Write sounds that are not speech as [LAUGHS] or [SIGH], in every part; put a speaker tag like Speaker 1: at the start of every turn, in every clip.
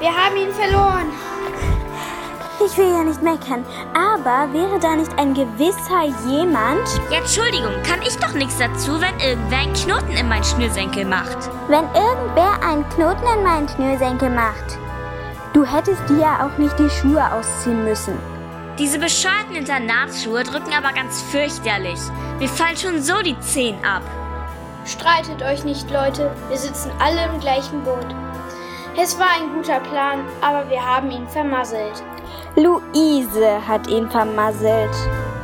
Speaker 1: Wir haben ihn verloren.
Speaker 2: Ich will ja nicht meckern, aber wäre da nicht ein gewisser jemand,
Speaker 3: Ja, Entschuldigung, kann ich doch nichts dazu, wenn irgendwer einen Knoten in meinen Schnürsenkel macht.
Speaker 2: wenn irgendwer einen Knoten in meinen Schnürsenkel macht? Du hättest dir ja auch nicht die Schuhe ausziehen müssen.
Speaker 3: Diese bescheuerten Internatsschuhe drücken aber ganz fürchterlich. Mir fallen schon so die Zehen ab.
Speaker 1: Streitet euch nicht, Leute. Wir sitzen alle im gleichen Boot. Es war ein guter Plan, aber wir haben ihn vermasselt.
Speaker 2: Luise hat ihn vermasselt.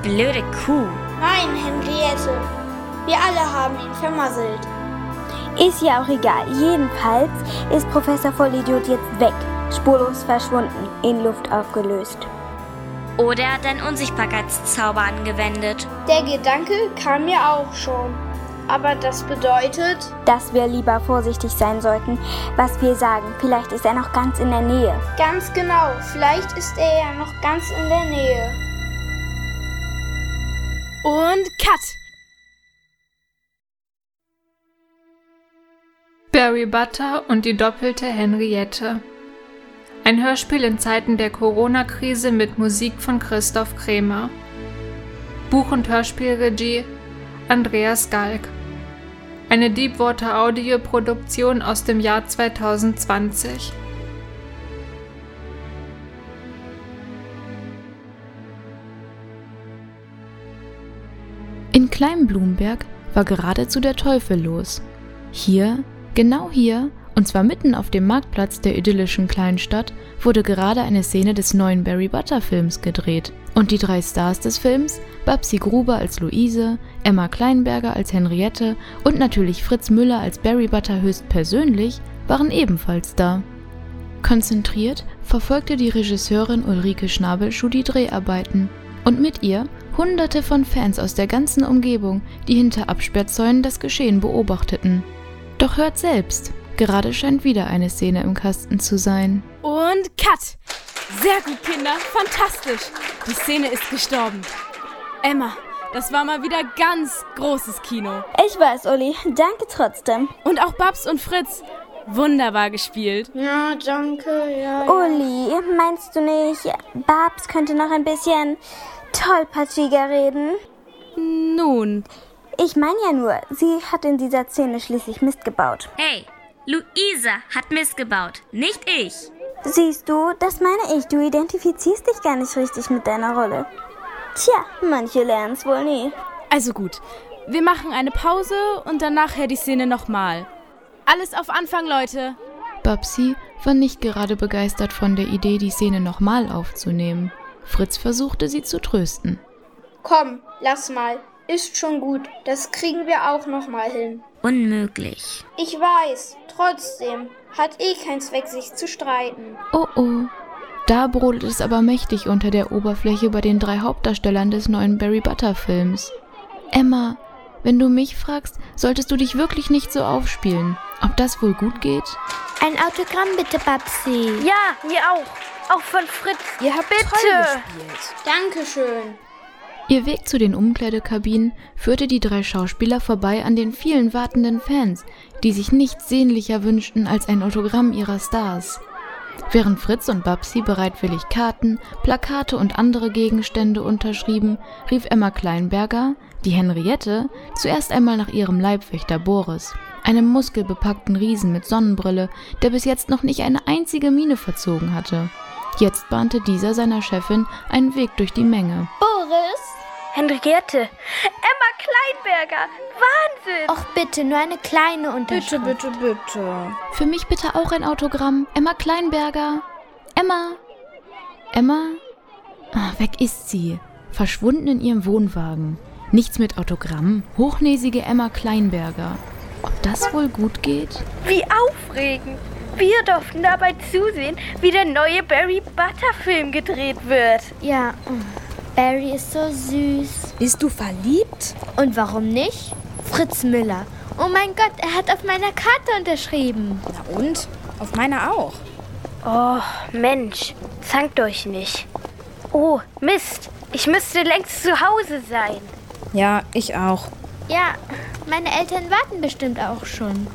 Speaker 3: Blöde Kuh.
Speaker 1: Nein, Henriette. Wir alle haben ihn vermasselt.
Speaker 2: Ist ja auch egal. Jedenfalls ist Professor Vollidiot jetzt weg. Spurlos verschwunden, in Luft aufgelöst.
Speaker 3: Oder er hat einen Unsichtbarkeitszauber angewendet.
Speaker 1: Der Gedanke kam mir auch schon. Aber das bedeutet,
Speaker 2: Dass wir lieber vorsichtig sein sollten, was wir sagen. Vielleicht ist er noch ganz in der Nähe.
Speaker 1: ganz genau, vielleicht ist er ja noch ganz in der Nähe.
Speaker 4: Und Cut!
Speaker 5: Barry Butter und die doppelte Henriette. Ein Hörspiel in Zeiten der Corona-Krise mit Musik von Christoph Kremer. Buch- und Hörspielregie Andreas Galk. Eine Deepwater Audio-Produktion aus dem Jahr 2020.
Speaker 6: In Kleinblumberg war geradezu der Teufel los. Hier, genau hier, und zwar mitten auf dem Marktplatz der idyllischen Kleinstadt, wurde gerade eine Szene des neuen Barry Butter Films gedreht. Und die drei Stars des Films, Babsi Gruber als Luise, Emma Kleinberger als Henriette und natürlich Fritz Müller als Barry Butter höchstpersönlich, waren ebenfalls da. Konzentriert verfolgte die Regisseurin Ulrike Schnabelschuh die Dreharbeiten und mit ihr hunderte von Fans aus der ganzen Umgebung, die hinter Absperrzäunen das Geschehen beobachteten. Doch hört selbst, gerade scheint wieder eine Szene im Kasten zu sein.
Speaker 4: Und Cut! Sehr gut, Kinder. Fantastisch. Die Szene ist gestorben. Emma, das war mal wieder ganz großes Kino.
Speaker 2: Ich weiß, Uli. Danke trotzdem.
Speaker 4: Und auch Babs und Fritz. Wunderbar gespielt.
Speaker 1: Ja, danke, ja.
Speaker 2: Uli, meinst du nicht, Babs könnte noch ein bisschen tollpatschiger reden?
Speaker 4: Nun,
Speaker 2: Ich meine ja nur, sie hat in dieser Szene schließlich Mist gebaut.
Speaker 3: Hey, Luisa hat missgebaut, nicht ich.
Speaker 2: Siehst du, das meine ich. Du identifizierst dich gar nicht richtig mit deiner Rolle. Tja, manche lernen wohl nie.
Speaker 4: also gut. Wir machen eine Pause und dann nachher die Szene nochmal. Alles auf Anfang, Leute.
Speaker 6: Babsi war nicht gerade begeistert von der Idee, die Szene nochmal aufzunehmen. Fritz versuchte sie zu trösten.
Speaker 1: Komm, lass mal. Ist schon gut. Das kriegen wir auch noch mal hin.
Speaker 3: Unmöglich.
Speaker 1: Ich weiß, trotzdem hat eh keinen Zweck, sich zu streiten.
Speaker 6: Oh oh. Da brodelt es aber mächtig unter der Oberfläche bei den drei Hauptdarstellern des neuen Barry Butter Films. Emma, wenn du mich fragst, solltest du dich wirklich nicht so aufspielen. Ob das wohl gut geht?
Speaker 7: Ein Autogramm bitte, Babsi.
Speaker 8: Ja, mir auch. Auch von Fritz.
Speaker 4: Ihr habt
Speaker 8: Bitte.
Speaker 1: Dankeschön.
Speaker 6: Ihr Weg zu den Umkleidekabinen führte die drei Schauspieler vorbei an den vielen wartenden Fans, die sich nichts sehnlicher wünschten als ein Autogramm ihrer Stars. Während Fritz und Babsi bereitwillig Karten, Plakate und andere Gegenstände unterschrieben, rief Emma Kleinberger, die Henriette, zuerst einmal nach ihrem Leibwächter Boris, einem muskelbepackten Riesen mit Sonnenbrille, der bis jetzt noch nicht eine einzige Miene verzogen hatte. Jetzt bahnte dieser seiner Chefin einen Weg durch die Menge.
Speaker 7: Boris?
Speaker 8: Henriette. Emma Kleinberger. Wahnsinn.
Speaker 7: Och bitte, nur eine kleine Unterschrift.
Speaker 4: bitte, bitte.
Speaker 6: Für mich bitte auch ein Autogramm. Emma Kleinberger. Emma. Emma? Ah, weg ist sie. Verschwunden in ihrem Wohnwagen. Nichts mit Autogramm. Hochnäsige Emma Kleinberger. Ob das wohl gut geht?
Speaker 8: Wie aufregend. Wir durften dabei zusehen, wie der neue Barry Butter Film gedreht wird.
Speaker 7: Ja. mm. Barry ist so süß.
Speaker 9: Bist du verliebt?
Speaker 7: Und warum nicht? Fritz Müller. Oh mein Gott, er hat auf meiner Karte unterschrieben.
Speaker 9: Na und? Auf meiner auch.
Speaker 8: Oh, Mensch, zankt euch nicht. Oh, Mist, ich müsste längst zu Hause sein.
Speaker 9: Ja, ich auch.
Speaker 7: Ja, meine Eltern warten bestimmt auch schon.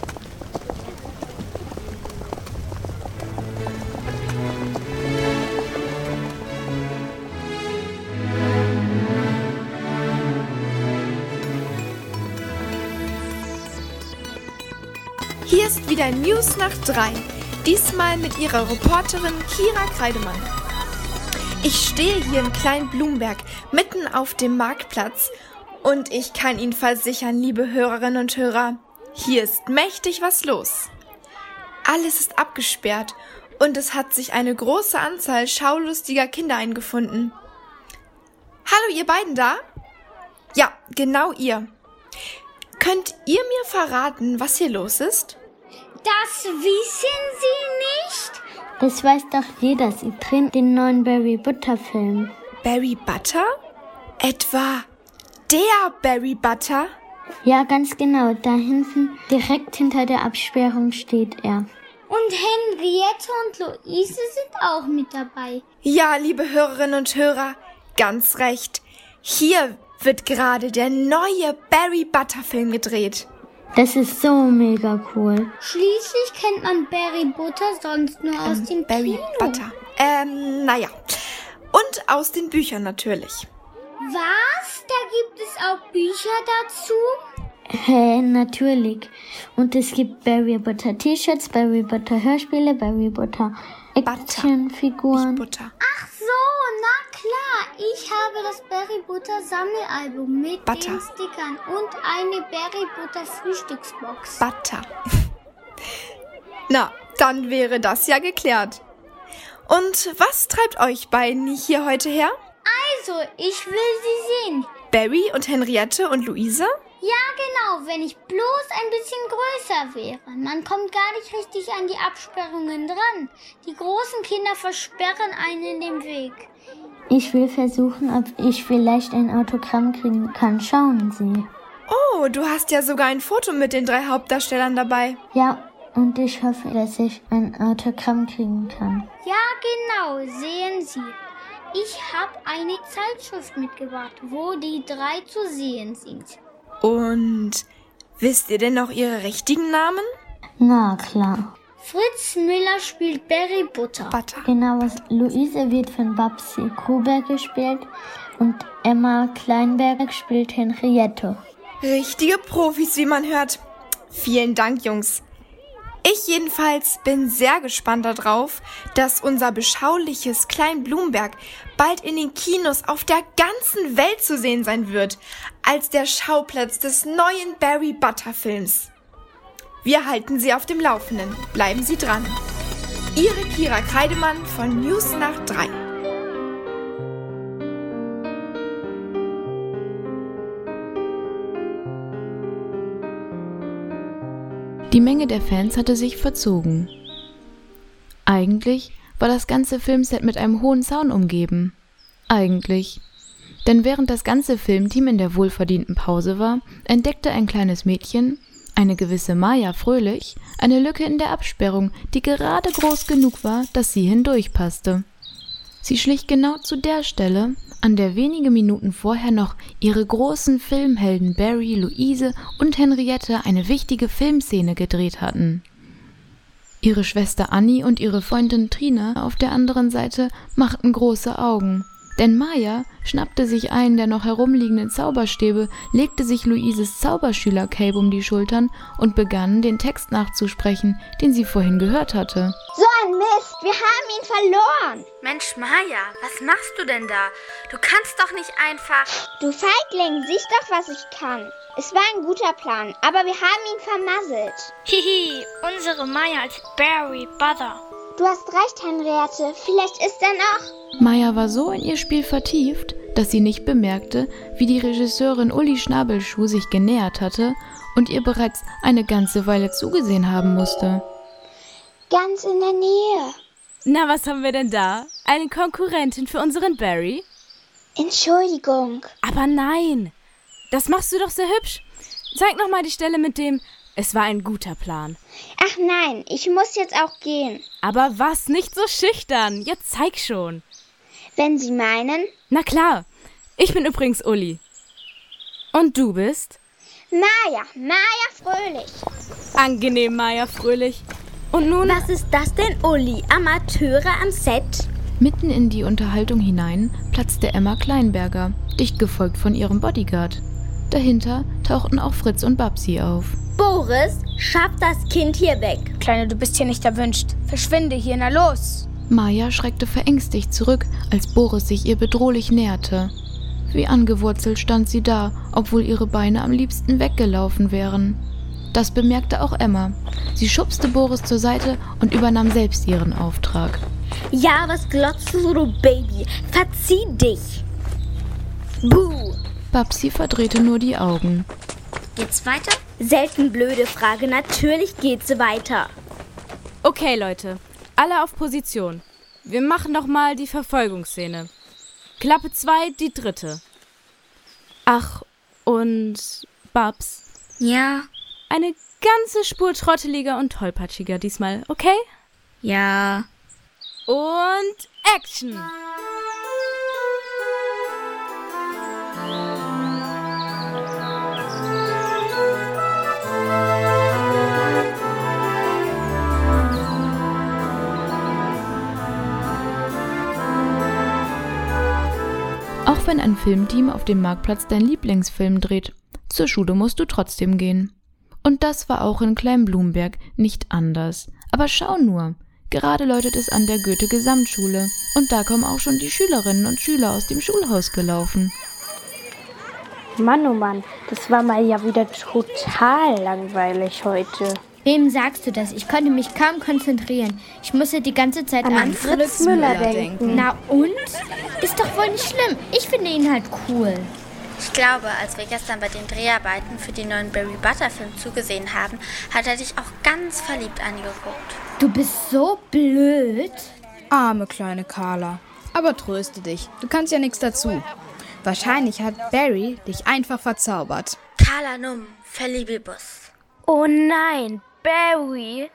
Speaker 10: Hier ist wieder News nach 3. Diesmal mit ihrer Reporterin Kira Kreidemann. Ich stehe hier im kleinen Blumberg, mitten auf dem Marktplatz. Und ich kann Ihnen versichern, liebe Hörerinnen und Hörer, hier ist mächtig was los. Alles ist abgesperrt und es hat sich eine große Anzahl schaulustiger Kinder eingefunden. Hallo, ihr beiden da? Ja, genau ihr. Könnt ihr mir verraten, was hier los ist?
Speaker 3: Das wissen Sie nicht?
Speaker 11: Es weiß doch jeder, sie drehen den neuen Barry Butter Film.
Speaker 10: Barry Butter? Etwa der Barry Butter?
Speaker 11: Ja, ganz genau. Da hinten, direkt hinter der Absperrung steht er.
Speaker 12: Und Henriette und Luise sind auch mit dabei.
Speaker 10: Ja, liebe Hörerinnen und Hörer, ganz recht. Hier wird gerade der neue Barry Butter Film gedreht.
Speaker 11: Das ist so mega cool.
Speaker 12: Schließlich kennt man Barry Butter sonst nur aus dem
Speaker 10: Ähm, Barry
Speaker 12: Kino.
Speaker 10: Butter. Ähm, naja. Und aus den Büchern natürlich.
Speaker 12: Was? Da gibt es auch Bücher dazu?
Speaker 11: Hä, natürlich. Und es gibt Barry Butter T-Shirts, Barry Butter Hörspiele, Barry Butter Actionfiguren.
Speaker 10: Butter.
Speaker 12: Ach so, na klar. Ich habe das Berry Butter Sammelalbum mit
Speaker 10: Butter.
Speaker 12: den Stickern und eine Berry Butter Frühstücksbox.
Speaker 10: Butter. Na, dann wäre das ja geklärt. Und was treibt euch beiden hier heute her?
Speaker 12: Also, ich will sie sehen.
Speaker 10: Barry und Henriette und Luise?
Speaker 12: Ja, genau, wenn ich bloß ein bisschen größer wäre. Man kommt gar nicht richtig an die Absperrungen dran. Die großen Kinder versperren einen den Weg.
Speaker 11: Ich will versuchen, ob ich vielleicht ein Autogramm kriegen kann. Schauen Sie.
Speaker 10: Oh, du hast ja sogar ein Foto mit den drei Hauptdarstellern dabei.
Speaker 11: Ja, und ich hoffe, dass ich ein Autogramm kriegen kann.
Speaker 12: Ja, genau, sehen Sie. Ich habe eine Zeitschrift mitgebracht, wo die drei zu sehen sind.
Speaker 10: Und wisst ihr denn noch ihre richtigen Namen?
Speaker 11: Na klar.
Speaker 12: Fritz Müller spielt Barry Butter.
Speaker 10: Butter.
Speaker 11: Genau, was Luise wird von Babsi Gruber gespielt und Emma Kleinberg spielt Henriette.
Speaker 10: Richtige Profis, wie man hört. Vielen Dank, Jungs. Ich jedenfalls bin sehr gespannt darauf, dass unser beschauliches Klein Blumberg bald in den Kinos auf der ganzen Welt zu sehen sein wird, als der Schauplatz des neuen Barry Butter Films. Wir halten Sie auf dem Laufenden. Bleiben Sie dran. Ihre Kira Kreidemann von News nach 3.
Speaker 6: Die Menge der Fans hatte sich verzogen. Eigentlich war das ganze Filmset mit einem hohen Zaun umgeben. Eigentlich. Denn während das ganze Filmteam in der wohlverdienten Pause war, entdeckte ein kleines Mädchen, eine gewisse Maya Fröhlich, eine Lücke in der Absperrung, die gerade groß genug war, dass sie hindurchpasste. Sie schlich genau zu der Stelle, an der wenige Minuten vorher noch ihre großen Filmhelden Barry, Luise und Henriette eine wichtige Filmszene gedreht hatten. Ihre Schwester Annie und ihre Freundin Trina auf der anderen Seite machten große Augen. Denn Maya schnappte sich einen der noch herumliegenden Zauberstäbe, legte sich Luises Zauberschüler-Cape um die Schultern und begann, den Text nachzusprechen, den sie vorhin gehört hatte.
Speaker 12: So ein Mist, wir haben ihn verloren.
Speaker 8: Mensch, Maja, was machst du denn da? Du kannst doch nicht einfach.
Speaker 12: Du Feigling, siehst doch, was ich kann. Es war ein guter Plan, aber wir haben ihn vermasselt.
Speaker 3: Hihi, unsere Maya als Barry Butter.
Speaker 12: Du hast recht, Henriette. Vielleicht ist er noch.
Speaker 6: Maya war so in ihr Spiel vertieft, dass sie nicht bemerkte, wie die Regisseurin Uli Schnabelschuh sich genähert hatte und ihr bereits eine ganze Weile zugesehen haben musste.
Speaker 12: Ganz in der Nähe.
Speaker 4: Na, was haben wir denn da? Eine Konkurrentin für unseren Barry?
Speaker 12: Entschuldigung.
Speaker 4: Aber nein, das machst du doch sehr hübsch. Zeig noch mal die Stelle mit dem Es war ein guter Plan.
Speaker 12: Ach nein, ich muss jetzt auch gehen.
Speaker 4: Aber was, nicht so schüchtern. Jetzt zeig schon.
Speaker 12: Wenn Sie meinen.
Speaker 4: Na klar. Ich bin übrigens Uli. Und du bist?
Speaker 12: Maja, Maja Fröhlich.
Speaker 4: Angenehm, Maya Fröhlich. Und nun
Speaker 2: Was ist das denn, Uli? Amateure am Set?
Speaker 6: Mitten in die Unterhaltung hinein platzte Emma Kleinberger, dicht gefolgt von ihrem Bodyguard. Dahinter tauchten auch Fritz und Babsi auf.
Speaker 13: Boris, schaff das Kind hier weg.
Speaker 14: Kleine, du bist hier nicht erwünscht. Verschwinde hier, na los!
Speaker 6: Maya schreckte verängstigt zurück, als Boris sich ihr bedrohlich näherte. Wie angewurzelt stand sie da, obwohl ihre Beine am liebsten weggelaufen wären. Das bemerkte auch Emma. Sie schubste Boris zur Seite und übernahm selbst ihren Auftrag.
Speaker 13: Ja, was glotzt du, du Baby? Verzieh dich! Buh!
Speaker 6: Babsi verdrehte nur die Augen.
Speaker 15: Geht's weiter?
Speaker 13: Selten blöde Frage, natürlich geht's weiter.
Speaker 4: Okay, Leute, alle auf Position. Wir machen nochmal die Verfolgungsszene. Klappe 2, die dritte. Ach, und Babs.
Speaker 15: Ja.
Speaker 4: Eine ganze Spur trotteliger und tollpatschiger diesmal, okay?
Speaker 15: Ja.
Speaker 4: Und Action!
Speaker 6: Auch wenn ein Filmteam auf dem Marktplatz dein Lieblingsfilm dreht, zur Schule musst du trotzdem gehen. Und das war auch in Kleinblumberg nicht anders. Aber schau nur, gerade läutet es an der Goethe-Gesamtschule und da kommen auch schon die Schülerinnen und Schüler aus dem Schulhaus gelaufen.
Speaker 16: Mann, oh Mann, das war mal ja wieder total langweilig heute.
Speaker 17: Wem sagst du das? Ich konnte mich kaum konzentrieren. Ich musste die ganze Zeit
Speaker 16: an, an Fritz, Fritz Müller, Müller denken.
Speaker 17: Na und? Ist doch wohl nicht schlimm. Ich finde ihn halt cool.
Speaker 18: Ich glaube, als wir gestern bei den Dreharbeiten für den neuen Barry Butter Film zugesehen haben, hat er dich auch ganz verliebt angeguckt.
Speaker 17: Du bist so blöd.
Speaker 19: Arme kleine Carla. Aber tröste dich, du kannst ja nichts dazu. Wahrscheinlich hat Barry dich einfach verzaubert.
Speaker 18: Carla Num, Verliebibus.
Speaker 20: Oh nein, Barry.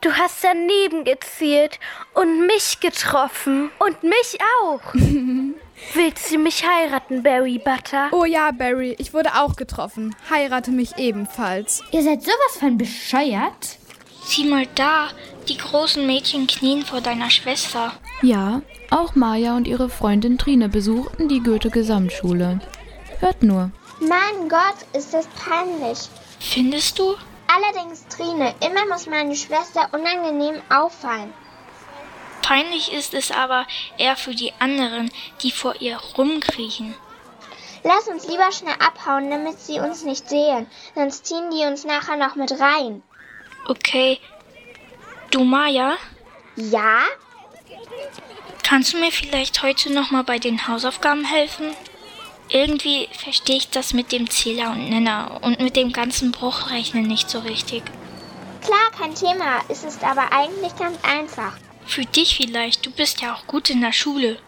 Speaker 20: Du hast daneben gezielt und mich getroffen und mich
Speaker 19: [LAUGHS]
Speaker 20: auch. Willst du mich heiraten, Barry Butter?
Speaker 19: Oh ja, Barry, ich wurde auch getroffen. Heirate mich ebenfalls.
Speaker 17: Ihr seid sowas von bescheuert.
Speaker 2: Sieh mal da, die großen Mädchen knien vor deiner Schwester.
Speaker 6: Ja, auch Maya und ihre Freundin Trine besuchten die Goethe-Gesamtschule. Hört nur.
Speaker 11: Mein Gott, ist das peinlich.
Speaker 2: Findest du?
Speaker 11: Allerdings, Trine, immer muss meine Schwester unangenehm auffallen.
Speaker 2: Peinlich ist es aber eher für die anderen, die vor ihr rumkriechen.
Speaker 11: Lass uns lieber schnell abhauen, damit sie uns nicht sehen, sonst ziehen die uns nachher noch mit rein.
Speaker 2: Okay. Du Maya?
Speaker 11: Ja?
Speaker 2: Kannst du mir vielleicht heute noch mal bei den Hausaufgaben helfen? Irgendwie verstehe ich das mit dem Zähler und Nenner und mit dem ganzen Bruchrechnen nicht so richtig.
Speaker 11: Klar, kein Thema. Es ist aber eigentlich ganz einfach.
Speaker 2: Für dich vielleicht, du bist ja auch gut in der Schule.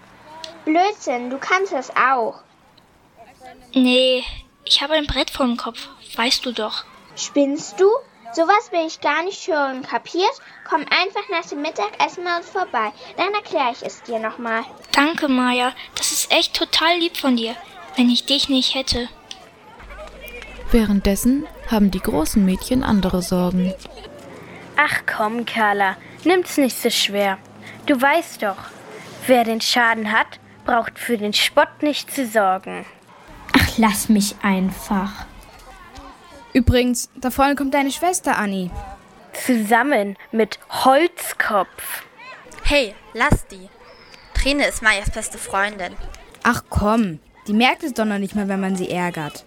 Speaker 11: Blödsinn, du kannst es auch.
Speaker 2: Nee, ich habe ein Brett vorm Kopf, weißt du doch.
Speaker 11: Spinnst du? Sowas will ich gar nicht hören, kapiert? Komm einfach nach dem Mittagessen mal vorbei, dann erkläre ich es dir nochmal.
Speaker 2: Danke, Maya, das ist echt total lieb von dir, wenn ich dich nicht hätte.
Speaker 6: Währenddessen haben die großen Mädchen andere Sorgen.
Speaker 20: Ach komm, Carla, nimm's nicht so schwer. Du weißt doch, wer den Schaden hat, braucht für den Spott nicht zu sorgen.
Speaker 17: Ach, lass mich einfach.
Speaker 19: Übrigens, da vorne kommt deine Schwester Anni.
Speaker 20: Zusammen mit Holzkopf.
Speaker 18: Hey, lass die. Trine ist Mayas beste Freundin.
Speaker 19: Ach komm, die merkt es doch noch nicht mal, wenn man sie ärgert.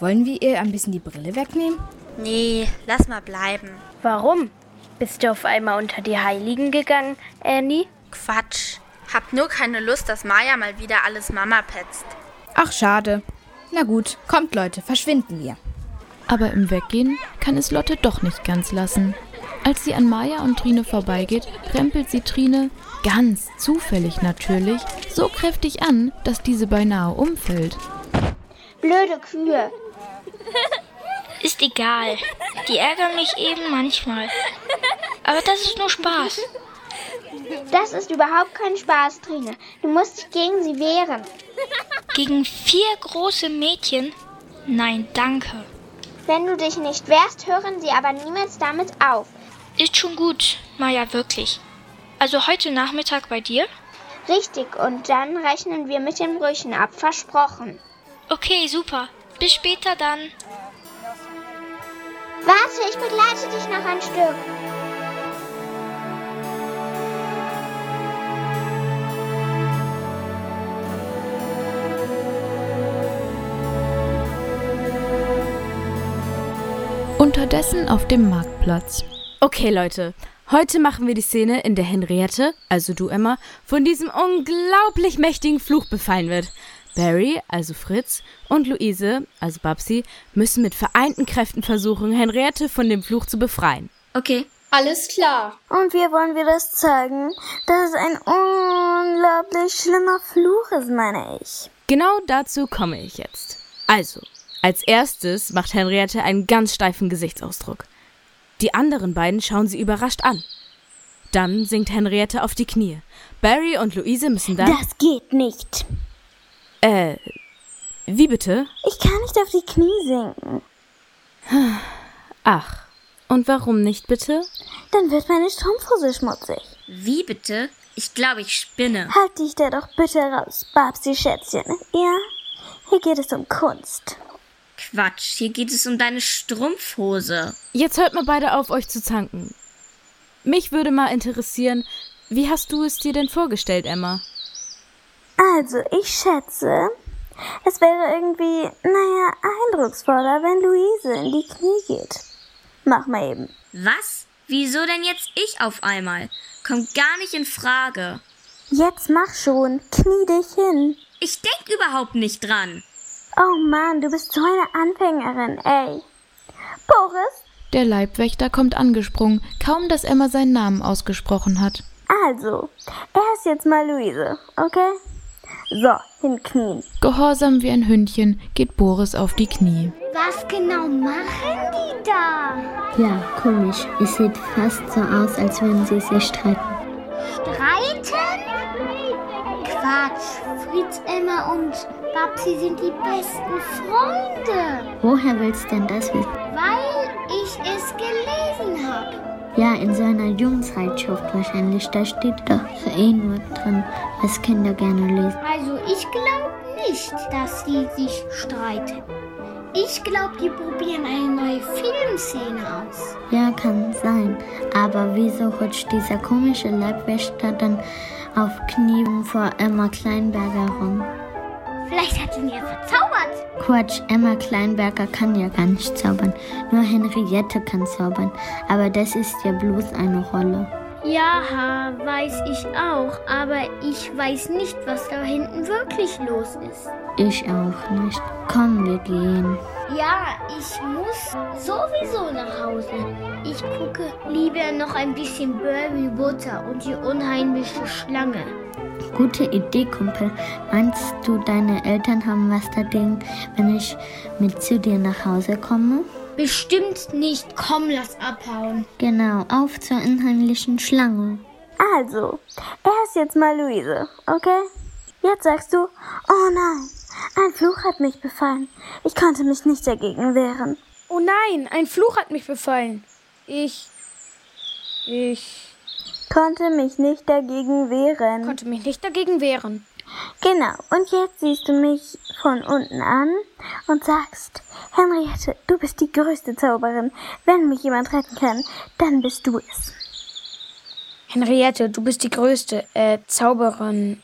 Speaker 19: Wollen wir ihr ein bisschen die Brille wegnehmen?
Speaker 18: Nee, lass mal bleiben.
Speaker 20: Warum? Bist du auf einmal unter die Heiligen gegangen, Annie?
Speaker 18: Quatsch. Hab nur keine Lust, dass Maya mal wieder alles Mama petzt.
Speaker 19: Ach, schade. Na gut, kommt Leute, verschwinden wir.
Speaker 6: Aber im Weggehen kann es Lotte doch nicht ganz lassen. Als sie an Maya und Trine vorbeigeht, rempelt sie Trine, ganz zufällig natürlich, so kräftig an, dass diese beinahe umfällt.
Speaker 11: Blöde Kühe.
Speaker 2: Ist egal. Die ärgern mich eben manchmal. Aber das ist nur Spaß.
Speaker 11: Das ist überhaupt kein Spaß, Trine. Du musst dich gegen sie wehren.
Speaker 2: [LAUGHS] Gegen vier große Mädchen? Nein, danke.
Speaker 11: Wenn du dich nicht wehrst, hören sie aber niemals damit auf.
Speaker 2: Ist schon gut, Maja, wirklich. Also heute Nachmittag bei dir?
Speaker 11: Richtig, und dann rechnen wir mit den Brüchen ab, versprochen.
Speaker 2: Okay, super. Bis später dann.
Speaker 12: Warte, ich begleite dich noch ein Stück.
Speaker 6: Unterdessen auf dem Marktplatz.
Speaker 4: Okay, Leute. Heute machen wir die Szene, in der Henriette, also du Emma, von diesem unglaublich mächtigen Fluch befallen wird. Barry, also Fritz, und Luise, also Babsi, müssen mit vereinten Kräften versuchen, Henriette von dem Fluch zu befreien.
Speaker 3: Okay.
Speaker 11: Alles klar.
Speaker 2: Und wir wollen wir das zeigen, dass es ein unglaublich schlimmer Fluch ist, meine ich.
Speaker 4: Genau dazu komme ich jetzt. Also, als erstes macht Henriette einen ganz steifen Gesichtsausdruck. Die anderen beiden schauen sie überrascht an. Dann sinkt Henriette auf die Knie. Barry und Luise müssen dann.
Speaker 2: Das geht nicht.
Speaker 4: Äh, wie bitte?
Speaker 2: Ich kann nicht auf die Knie sinken.
Speaker 4: Ach, und warum nicht bitte?
Speaker 2: Dann wird meine Strumpfhose schmutzig.
Speaker 3: Wie bitte? Ich glaube, ich spinne.
Speaker 2: Halt dich da doch bitte raus, Babsi Schätzchen. Ja, hier geht es um Kunst.
Speaker 3: Quatsch, hier geht es um deine Strumpfhose.
Speaker 4: Jetzt hört mal beide auf, euch zu zanken. Mich würde mal interessieren, wie hast du es dir denn vorgestellt, Emma?
Speaker 2: Also, ich schätze, es wäre irgendwie, naja, eindrucksvoller, wenn Luise in die Knie geht. Mach mal eben.
Speaker 3: Was? Wieso denn jetzt ich auf einmal? Kommt gar nicht in Frage.
Speaker 2: Jetzt mach schon, knie dich hin.
Speaker 3: Ich denk überhaupt nicht dran.
Speaker 2: Oh Mann, du bist so eine Anfängerin, ey. Boris?
Speaker 6: Der Leibwächter kommt angesprungen, kaum dass Emma seinen Namen ausgesprochen hat.
Speaker 2: Also, erst jetzt mal Luise, okay? So, hinknien.
Speaker 6: Gehorsam wie ein Hündchen geht Boris auf die Knie.
Speaker 12: Was genau machen die da?
Speaker 17: Ja, komisch. Es sieht fast so aus, als würden sie sich streiten.
Speaker 12: Streiten? Quatsch. Fritz, Emma und Babsi sind die besten Freunde.
Speaker 17: Woher willst denn das wissen?
Speaker 12: Weil ich es gelesen habe.
Speaker 17: Ja, in seiner Jungzeitschrift wahrscheinlich. Da steht doch für ihn was drin, was Kinder gerne lesen.
Speaker 12: Also ich glaube nicht, dass sie sich streiten. Ich glaube, die probieren eine neue Filmszene aus.
Speaker 17: Ja, kann sein. Aber wieso rutscht dieser komische Leibwächter dann auf Knien vor Emma Kleinberger rum?
Speaker 12: Vielleicht hat ihn ja verzaubert.
Speaker 17: Quatsch, Emma Kleinberger kann ja gar nicht zaubern. Nur Henriette kann zaubern. Aber das ist ja bloß eine Rolle.
Speaker 12: Ja, weiß ich auch. Aber ich weiß nicht, was da hinten wirklich los ist.
Speaker 17: Ich auch nicht. Komm, wir gehen.
Speaker 12: Ja, ich muss sowieso nach Hause. Ich gucke lieber noch ein bisschen Burry Butter und die unheimliche Schlange.
Speaker 17: Gute Idee, Kumpel. Meinst du, deine Eltern haben was dagegen, wenn ich mit zu dir nach Hause komme?
Speaker 12: Bestimmt nicht. Komm, lass abhauen.
Speaker 17: Genau, auf zur unheimlichen Schlange.
Speaker 2: Also, erst jetzt mal Luise, okay? Jetzt sagst du, oh nein, ein Fluch hat mich befallen. Ich konnte mich nicht dagegen wehren.
Speaker 14: Oh nein, ein Fluch hat mich befallen. Ich. Ich
Speaker 2: konnte mich nicht dagegen wehren.
Speaker 14: Konnte mich nicht dagegen wehren.
Speaker 2: Genau, und jetzt siehst du mich von unten an und sagst, Henriette, du bist die größte Zauberin. Wenn mich jemand retten kann, dann bist du es.
Speaker 14: Henriette, du bist die größte äh, Zauberin.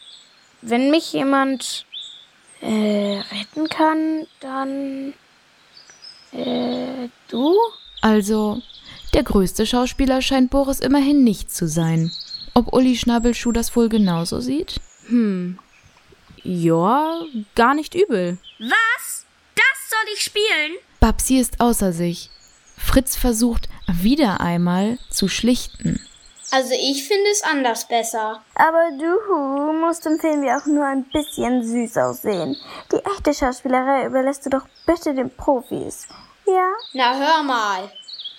Speaker 14: Wenn mich jemand äh, retten kann, dann äh, du?
Speaker 6: Also, der größte Schauspieler scheint Boris immerhin nicht zu sein. Ob Uli Schnabelschuh das wohl genauso sieht?
Speaker 4: Hm. Ja, gar nicht übel.
Speaker 3: Was? Das soll ich spielen?
Speaker 6: Babsi ist außer sich. Fritz versucht wieder einmal zu schlichten.
Speaker 11: Also ich finde es anders besser.
Speaker 2: Aber du musst im Film ja auch nur ein bisschen süß aussehen. Die echte Schauspielerei überlässt du doch bitte den Profis. Ja?
Speaker 11: Na hör mal.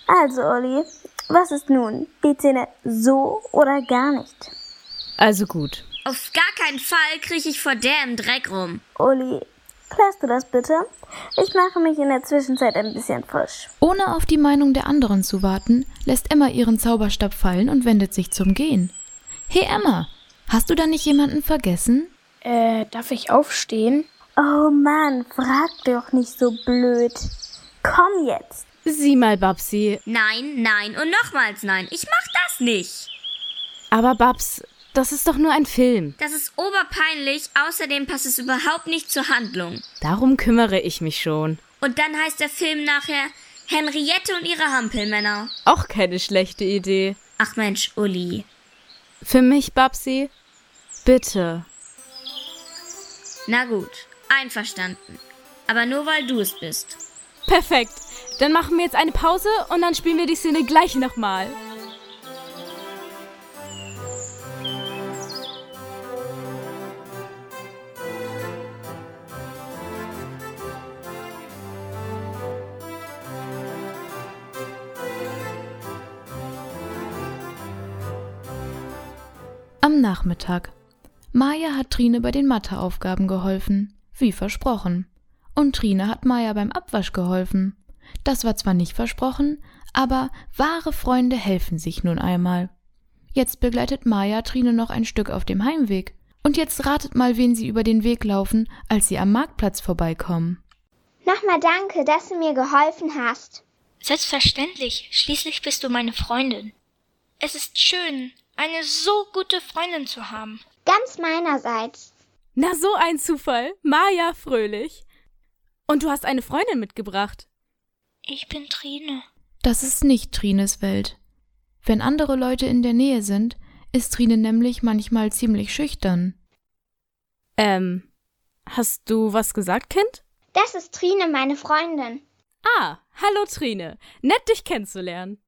Speaker 2: Also, Olli, was ist nun? Die Zähne so oder gar nicht?
Speaker 4: Also gut.
Speaker 3: Auf gar keinen Fall kriege ich vor der im Dreck rum.
Speaker 2: Olli, klärst du das bitte? Ich mache mich in der Zwischenzeit ein bisschen frisch.
Speaker 6: Ohne auf die Meinung der anderen zu warten, lässt Emma ihren Zauberstab fallen und wendet sich zum Gehen. Hey Emma, hast du da nicht jemanden vergessen?
Speaker 14: Äh, darf ich aufstehen?
Speaker 2: Oh Mann, frag doch nicht so blöd. Komm jetzt.
Speaker 4: Sieh mal, Babsi.
Speaker 3: Nein, nein und nochmals nein. Ich mach das nicht.
Speaker 4: Aber Babs, das ist doch nur ein Film.
Speaker 3: Das ist oberpeinlich. Außerdem passt es überhaupt nicht zur Handlung.
Speaker 4: Darum kümmere ich mich schon.
Speaker 3: Und dann heißt der Film nachher Henriette und ihre Hampelmänner.
Speaker 4: Auch keine schlechte Idee.
Speaker 3: Ach Mensch, Uli.
Speaker 4: Für mich, Babsi? Bitte.
Speaker 3: Na gut, einverstanden. Aber nur weil du es bist.
Speaker 4: Perfekt. Dann machen wir jetzt eine Pause und dann spielen wir die Szene gleich nochmal.
Speaker 6: Am Nachmittag. Maja hat Trine bei den Matheaufgaben geholfen, wie versprochen. Und Trine hat Maja beim Abwasch geholfen. Das war zwar nicht versprochen, aber wahre Freunde helfen sich nun einmal. Jetzt begleitet Maja Trine noch ein Stück auf dem Heimweg. Und jetzt ratet mal, wen sie über den Weg laufen, als sie am Marktplatz vorbeikommen.
Speaker 11: Nochmal danke, dass du mir geholfen hast.
Speaker 21: Selbstverständlich, schließlich bist du meine Freundin. Es ist schön, eine so gute Freundin zu haben.
Speaker 11: Ganz meinerseits.
Speaker 4: Na, so ein Zufall. Maja Fröhlich. Und du hast eine Freundin mitgebracht.
Speaker 21: Ich bin Trine.
Speaker 6: Das ist nicht Trines Welt. Wenn andere Leute in der Nähe sind, ist Trine nämlich manchmal ziemlich schüchtern.
Speaker 4: Ähm, hast du was gesagt, Kind?
Speaker 11: Das ist Trine, meine Freundin.
Speaker 4: Ah, hallo Trine. Nett, dich kennenzulernen.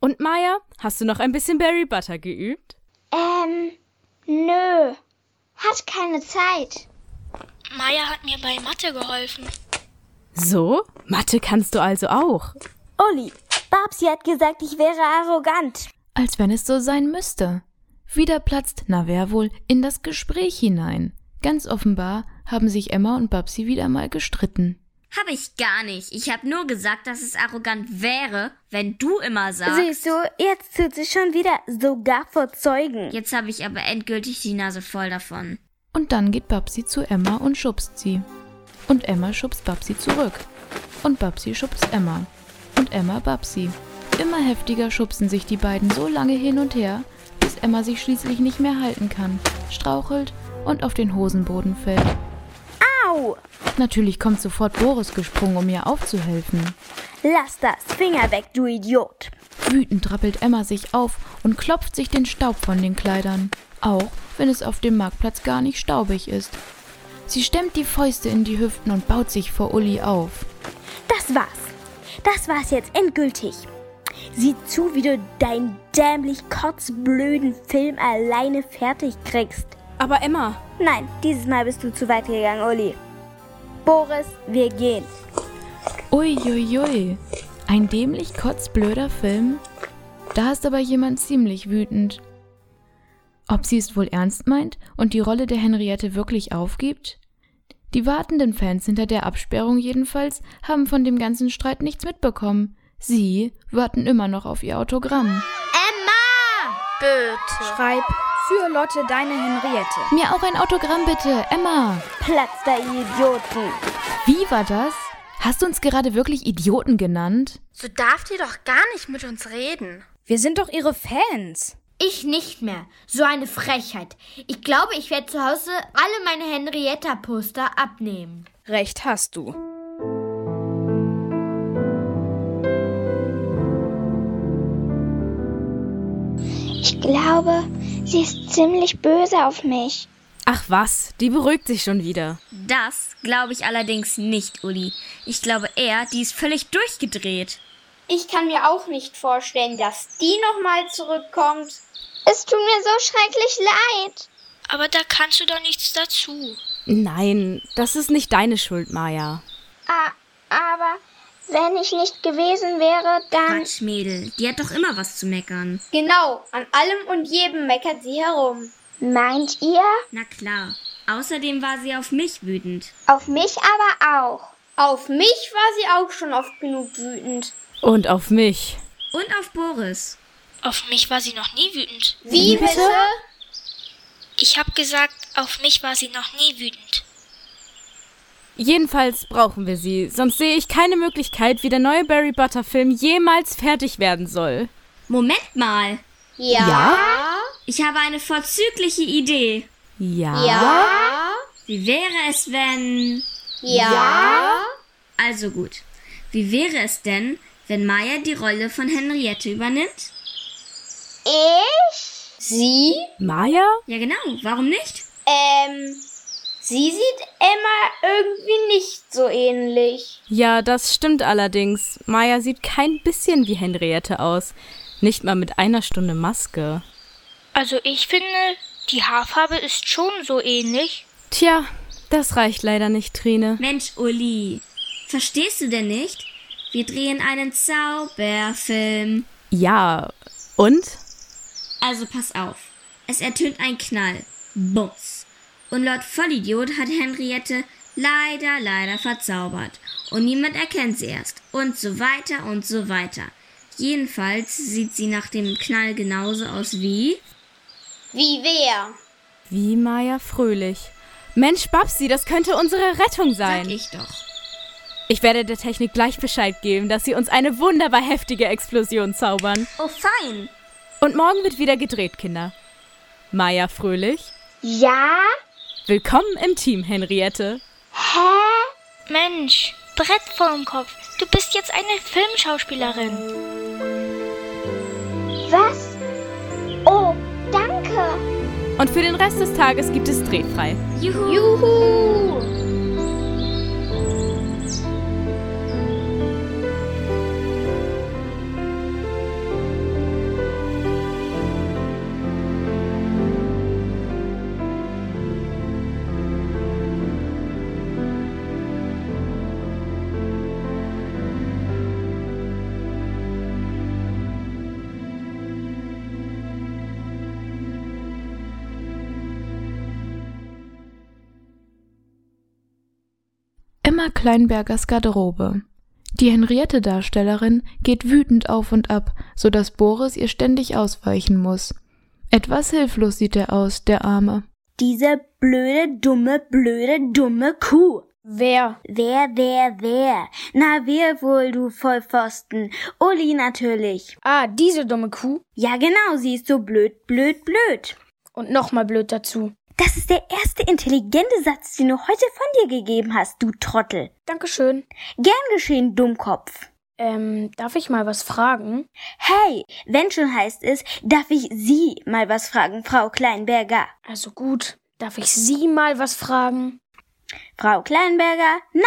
Speaker 4: Und Maya, hast du noch ein bisschen Berry Butter geübt?
Speaker 11: Ähm, nö. Hat keine Zeit.
Speaker 21: Maya hat mir bei Mathe geholfen.
Speaker 4: So? Mathe kannst du also auch.
Speaker 2: Uli, Babsi hat gesagt, ich wäre arrogant.
Speaker 6: Als wenn es so sein müsste. Wieder platzt, na wer wohl, in das Gespräch hinein. Ganz offenbar haben sich Emma und Babsi wieder mal gestritten.
Speaker 3: Habe ich gar nicht. Ich habe nur gesagt, dass es arrogant wäre, wenn du immer sagst.
Speaker 2: Siehst du, jetzt tut sie schon wieder sogar vor Zeugen.
Speaker 3: Jetzt habe ich aber endgültig die Nase voll davon.
Speaker 6: Und dann geht Babsi zu Emma und schubst sie. Und Emma schubst Babsi zurück. Und Babsi schubst Emma. Und Emma Babsi. Immer heftiger schubsen sich die beiden so lange hin und her, bis Emma sich schließlich nicht mehr halten kann, strauchelt und auf den Hosenboden fällt.
Speaker 2: Au!
Speaker 6: Natürlich kommt sofort Boris gesprungen, um ihr aufzuhelfen.
Speaker 2: Lass das Finger weg, du Idiot!
Speaker 6: Wütend rappelt Emma sich auf und klopft sich den Staub von den Kleidern, auch wenn es auf dem Marktplatz gar nicht staubig ist. Sie stemmt die Fäuste in die Hüften und baut sich vor Uli auf.
Speaker 2: Das war's. Das war's jetzt endgültig. Sieh zu, wie du deinen dämlich kotzblöden Film alleine fertig kriegst.
Speaker 4: Aber Emma.
Speaker 2: Nein, dieses Mal bist du zu weit gegangen, Uli. Boris, wir gehen.
Speaker 6: Uiuiui. Ui, ui. Ein dämlich kotzblöder Film? Da ist aber jemand ziemlich wütend. Ob sie es wohl ernst meint und die Rolle der Henriette wirklich aufgibt? Die wartenden Fans hinter der Absperrung jedenfalls haben von dem ganzen Streit nichts mitbekommen. Sie warten immer noch auf ihr Autogramm.
Speaker 18: Emma! Bitte.
Speaker 9: Schreib für Lotte deine Henriette.
Speaker 6: Mir auch ein Autogramm bitte, Emma.
Speaker 2: Platz der Idioten.
Speaker 6: Wie war das? Hast du uns gerade wirklich Idioten genannt?
Speaker 18: So darf die doch gar nicht mit uns reden.
Speaker 9: Wir sind doch ihre Fans.
Speaker 22: Ich nicht mehr. So eine Frechheit. Ich glaube, ich werde zu Hause alle meine Henrietta-Poster abnehmen.
Speaker 9: Recht hast du.
Speaker 11: Ich glaube, sie ist ziemlich böse auf mich.
Speaker 4: Ach was, die beruhigt sich schon wieder.
Speaker 3: Das glaube ich allerdings nicht, Uli. Ich glaube eher, die ist völlig durchgedreht.
Speaker 1: Ich kann mir auch nicht vorstellen, dass die nochmal zurückkommt.
Speaker 11: Es tut mir so schrecklich leid.
Speaker 21: Aber da kannst du doch nichts dazu.
Speaker 4: Nein, das ist nicht deine Schuld, Maya.
Speaker 11: Ah, aber wenn ich nicht gewesen wäre, dann.
Speaker 3: Quatsch, Mädel, die hat doch immer was zu meckern.
Speaker 1: Genau, an allem und jedem meckert sie herum.
Speaker 11: Meint ihr?
Speaker 3: Na klar. Außerdem war sie auf mich wütend.
Speaker 11: Auf mich aber auch.
Speaker 1: Auf mich war sie auch schon oft genug wütend.
Speaker 4: Und auf mich.
Speaker 3: Und auf Boris.
Speaker 21: Auf mich war sie noch nie wütend.
Speaker 1: Wie bitte?
Speaker 21: Ich hab gesagt, auf mich war sie noch nie wütend.
Speaker 4: Jedenfalls brauchen wir sie, sonst sehe ich keine Möglichkeit, wie der neue Barry Butter Film jemals fertig werden soll.
Speaker 3: Moment mal.
Speaker 1: Ja?
Speaker 4: Ja?
Speaker 3: Ich habe eine vorzügliche Idee.
Speaker 4: Ja?
Speaker 3: Wie wäre es, wenn.
Speaker 1: Ja?
Speaker 3: Also gut. Wie wäre es denn, wenn Maya die Rolle von Henriette übernimmt?
Speaker 1: Ich? Sie?
Speaker 4: Maya?
Speaker 3: Ja, genau. Warum nicht?
Speaker 1: Ähm, sie sieht Emma irgendwie nicht so ähnlich.
Speaker 4: Ja, das stimmt allerdings. Maya sieht kein bisschen wie Henriette aus. Nicht mal mit einer Stunde Maske.
Speaker 21: Also ich finde, die Haarfarbe ist schon so ähnlich.
Speaker 4: Tja, das reicht leider nicht, Trine.
Speaker 3: Mensch, Uli. Verstehst du denn nicht? Wir drehen einen Zauberfilm.
Speaker 4: Ja, und?
Speaker 3: Also pass auf. Es ertönt ein Knall. Bums. Und Lord Vollidiot hat Henriette leider, leider verzaubert. Und niemand erkennt sie erst. Und so weiter und so weiter. Jedenfalls sieht sie nach dem Knall genauso aus wie.
Speaker 1: Wie wer?
Speaker 4: Wie Maya Fröhlich. Mensch, Babsi, das könnte unsere Rettung sein.
Speaker 3: Sag ich doch.
Speaker 4: Ich werde der Technik gleich Bescheid geben, dass sie uns eine wunderbar heftige Explosion zaubern.
Speaker 3: Oh, fein.
Speaker 4: Und morgen wird wieder gedreht, Kinder. Maya Fröhlich.
Speaker 11: Ja?
Speaker 4: Willkommen im Team, Henriette.
Speaker 21: Hä? Mensch, Brett vorm Kopf. Du bist jetzt eine Filmschauspielerin.
Speaker 11: Was? Oh, danke.
Speaker 4: Und für den Rest des Tages gibt es drehfrei.
Speaker 3: Juhu.
Speaker 1: Juhu.
Speaker 6: Emma Kleinbergers Garderobe. Die Henriette-Darstellerin geht wütend auf und ab, so dass Boris ihr ständig ausweichen muss. Etwas hilflos sieht er aus, der Arme.
Speaker 2: Diese blöde, dumme, blöde, dumme Kuh.
Speaker 14: Wer?
Speaker 2: Wer, wer, wer? Na, wer wohl, du Vollpfosten? Uli natürlich.
Speaker 14: Ah, diese dumme Kuh?
Speaker 2: Ja, genau, sie ist so blöd, blöd, blöd.
Speaker 14: Und nochmal blöd dazu.
Speaker 2: Das ist der erste intelligente Satz, den du heute von dir gegeben hast, du Trottel.
Speaker 14: Dankeschön.
Speaker 2: Gern geschehen, Dummkopf.
Speaker 14: Ähm, darf ich mal was fragen?
Speaker 2: Hey, wenn schon heißt es, darf ich Sie mal was fragen, Frau Kleinberger.
Speaker 14: Also gut, darf ich Sie mal was fragen?
Speaker 2: Frau Kleinberger, na?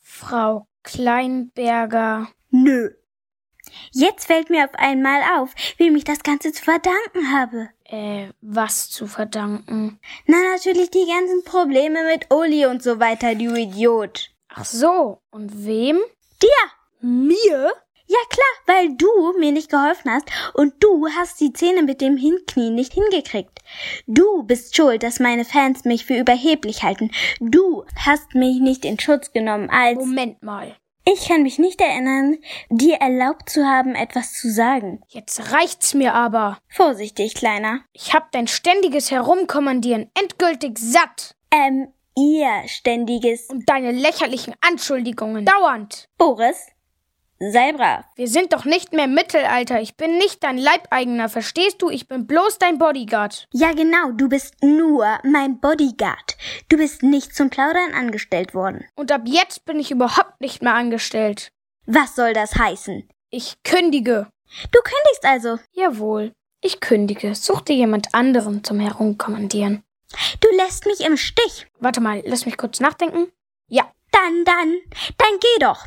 Speaker 14: Frau Kleinberger.
Speaker 2: Nö. Jetzt fällt mir auf einmal auf, wem ich das Ganze zu verdanken habe.
Speaker 14: Äh, was zu verdanken?
Speaker 2: Na, natürlich die ganzen Probleme mit Uli und so weiter, du Idiot.
Speaker 14: Ach so, und wem?
Speaker 2: Dir!
Speaker 14: Mir?
Speaker 2: Ja klar, weil du mir nicht geholfen hast und du hast die Zähne mit dem Hinknien nicht hingekriegt. Du bist schuld, dass meine Fans mich für überheblich halten. Du hast mich nicht in Schutz genommen als...
Speaker 14: Moment mal.
Speaker 2: Ich kann mich nicht erinnern, dir erlaubt zu haben, etwas zu sagen.
Speaker 14: Jetzt reicht's mir aber.
Speaker 2: Vorsichtig, Kleiner.
Speaker 14: Ich hab dein ständiges Herumkommandieren endgültig satt.
Speaker 2: Ähm, ihr ständiges.
Speaker 14: Und deine lächerlichen Anschuldigungen. Dauernd.
Speaker 2: Boris, sei brav.
Speaker 14: Wir sind doch nicht mehr im Mittelalter. Ich bin nicht dein Leibeigener, verstehst du? Ich bin bloß dein Bodyguard.
Speaker 2: Ja, genau, du bist nur mein Bodyguard. Du bist nicht zum Plaudern angestellt worden.
Speaker 14: Und ab jetzt bin ich überhaupt nicht mehr angestellt.
Speaker 2: Was soll das heißen?
Speaker 14: Ich kündige.
Speaker 2: Du kündigst also.
Speaker 14: Jawohl, ich kündige. Such dir jemand anderen zum Herumkommandieren.
Speaker 2: Du lässt mich im Stich.
Speaker 14: Warte mal, lass mich kurz nachdenken. Ja.
Speaker 2: Dann, dann, dann geh doch.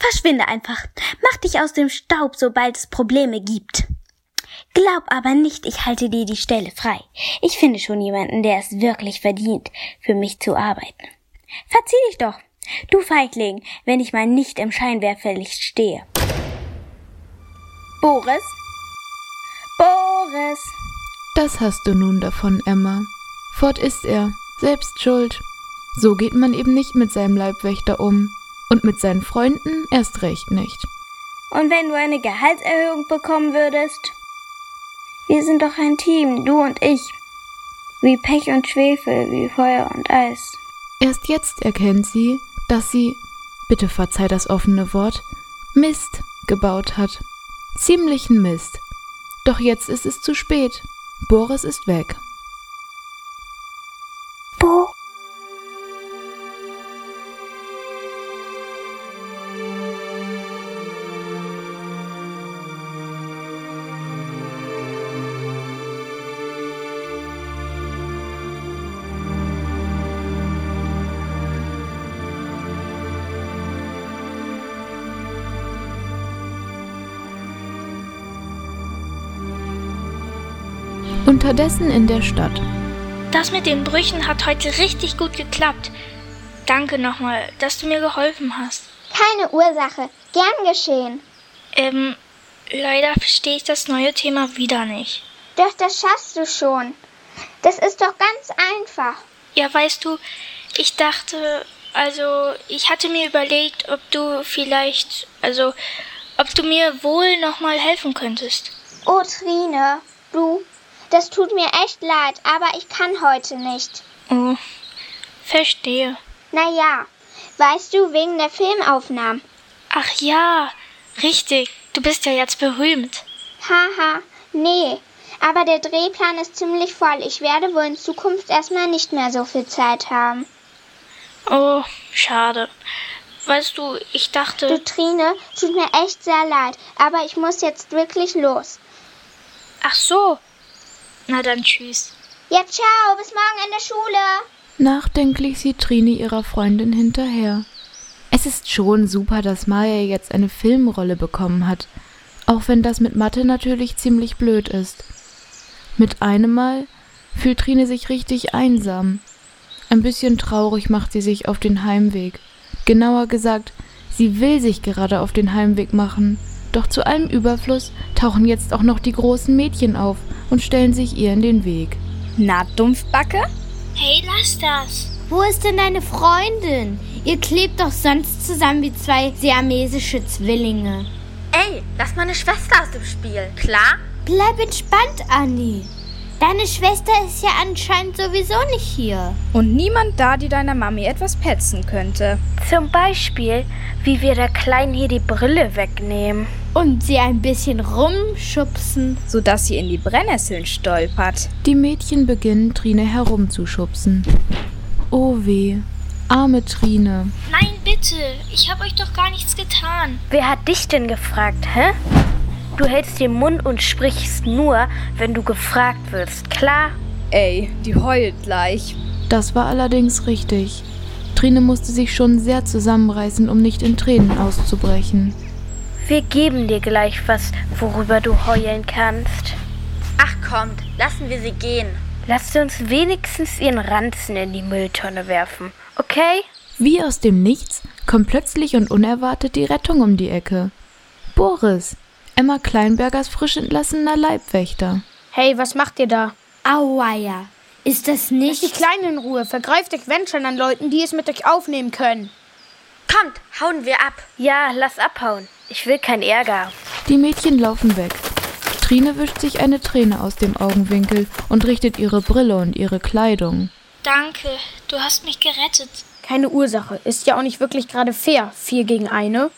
Speaker 2: Verschwinde einfach. Mach dich aus dem Staub, sobald es Probleme gibt. Glaub aber nicht, ich halte dir die Stelle frei. Ich finde schon jemanden, der es wirklich verdient, für mich zu arbeiten. Verzieh dich doch, du Feigling, wenn ich mal nicht im Scheinwerferlicht stehe. Boris? Boris!
Speaker 6: Das hast du nun davon, Emma. Fort ist er, selbst schuld. So geht man eben nicht mit seinem Leibwächter um. Und mit seinen Freunden erst recht nicht.
Speaker 2: Und wenn du eine Gehaltserhöhung bekommen würdest? Wir sind doch ein Team, du und ich. Wie Pech und Schwefel, wie Feuer und Eis.
Speaker 6: Erst jetzt erkennt sie, dass sie, bitte verzeih das offene Wort, Mist gebaut hat. Ziemlichen Mist. Doch jetzt ist es zu spät. Boris ist weg.
Speaker 23: Bo.
Speaker 6: Unterdessen in der Stadt.
Speaker 2: Das mit den Brüchen hat heute richtig gut geklappt. Danke nochmal, dass du mir geholfen hast.
Speaker 11: Keine Ursache. Gern geschehen.
Speaker 2: Ähm, leider verstehe ich das neue Thema wieder nicht.
Speaker 11: Doch das schaffst du schon. Das ist doch ganz einfach.
Speaker 2: Ja, weißt du, ich dachte, also, ich hatte mir überlegt, ob du vielleicht, also, ob du mir wohl nochmal helfen könntest.
Speaker 11: Oh, Trine, du, das tut mir echt leid, aber ich kann heute nicht.
Speaker 2: Oh, verstehe.
Speaker 11: Naja, weißt du, wegen der Filmaufnahmen.
Speaker 2: Ach ja, richtig. Du bist ja jetzt berühmt.
Speaker 11: Haha, nee. Aber der Drehplan ist ziemlich voll. Ich werde wohl in Zukunft erstmal nicht mehr so viel Zeit haben.
Speaker 2: Oh, schade. Weißt du, ich dachte.
Speaker 11: Du Trine, tut mir echt sehr leid, aber ich muss jetzt wirklich los.
Speaker 2: Ach so. Na dann tschüss.
Speaker 11: Ja, ciao, bis morgen in der Schule.
Speaker 6: Nachdenklich sieht Trini ihrer Freundin hinterher. Es ist schon super, dass Maya jetzt eine Filmrolle bekommen hat, auch wenn das mit Mathe natürlich ziemlich blöd ist. Mit einem Mal fühlt Trine sich richtig einsam. Ein bisschen traurig macht sie sich auf den Heimweg. Genauer gesagt, sie will sich gerade auf den Heimweg machen. Doch zu allem Überfluss tauchen jetzt auch noch die großen Mädchen auf und stellen sich ihr in den Weg.
Speaker 14: Na, Dumpfbacke?
Speaker 2: Hey, lass das.
Speaker 24: Wo ist denn deine Freundin? Ihr klebt doch sonst zusammen wie zwei siamesische Zwillinge.
Speaker 17: Ey, lass meine Schwester aus dem Spiel, klar?
Speaker 24: Bleib entspannt, Annie. Deine Schwester ist ja anscheinend sowieso nicht hier.
Speaker 25: Und niemand da, die deiner Mami etwas petzen könnte.
Speaker 26: Zum Beispiel, wie wir der Kleinen hier die Brille wegnehmen.
Speaker 24: Und sie ein bisschen rumschubsen.
Speaker 25: Sodass sie in die Brennnesseln stolpert.
Speaker 6: Die Mädchen beginnen, Trine herumzuschubsen. Oh weh, arme Trine.
Speaker 2: Nein, bitte, ich habe euch doch gar nichts getan.
Speaker 26: Wer hat dich denn gefragt, hä? Du hältst den Mund und sprichst nur, wenn du gefragt wirst, klar?
Speaker 25: Ey, die heult gleich.
Speaker 6: Das war allerdings richtig. Trine musste sich schon sehr zusammenreißen, um nicht in Tränen auszubrechen.
Speaker 26: Wir geben dir gleich was, worüber du heulen kannst.
Speaker 17: Ach kommt, lassen wir sie gehen.
Speaker 26: Lasst uns wenigstens ihren Ranzen in die Mülltonne werfen, okay?
Speaker 6: Wie aus dem Nichts kommt plötzlich und unerwartet die Rettung um die Ecke. Boris, Emma Kleinbergers frisch entlassener Leibwächter.
Speaker 14: Hey, was macht ihr da?
Speaker 24: Auweia. Ist das nicht?
Speaker 14: Lass die Kleinen in Ruhe. Vergreift euch wenn schon an Leuten, die es mit euch aufnehmen können.
Speaker 17: Kommt, hauen wir ab.
Speaker 26: Ja, lass abhauen. Ich will keinen Ärger.
Speaker 6: Die Mädchen laufen weg. Trine wischt sich eine Träne aus dem Augenwinkel und richtet ihre Brille und ihre Kleidung.
Speaker 2: Danke, du hast mich gerettet.
Speaker 14: Keine Ursache. Ist ja auch nicht wirklich gerade fair. Vier gegen eine.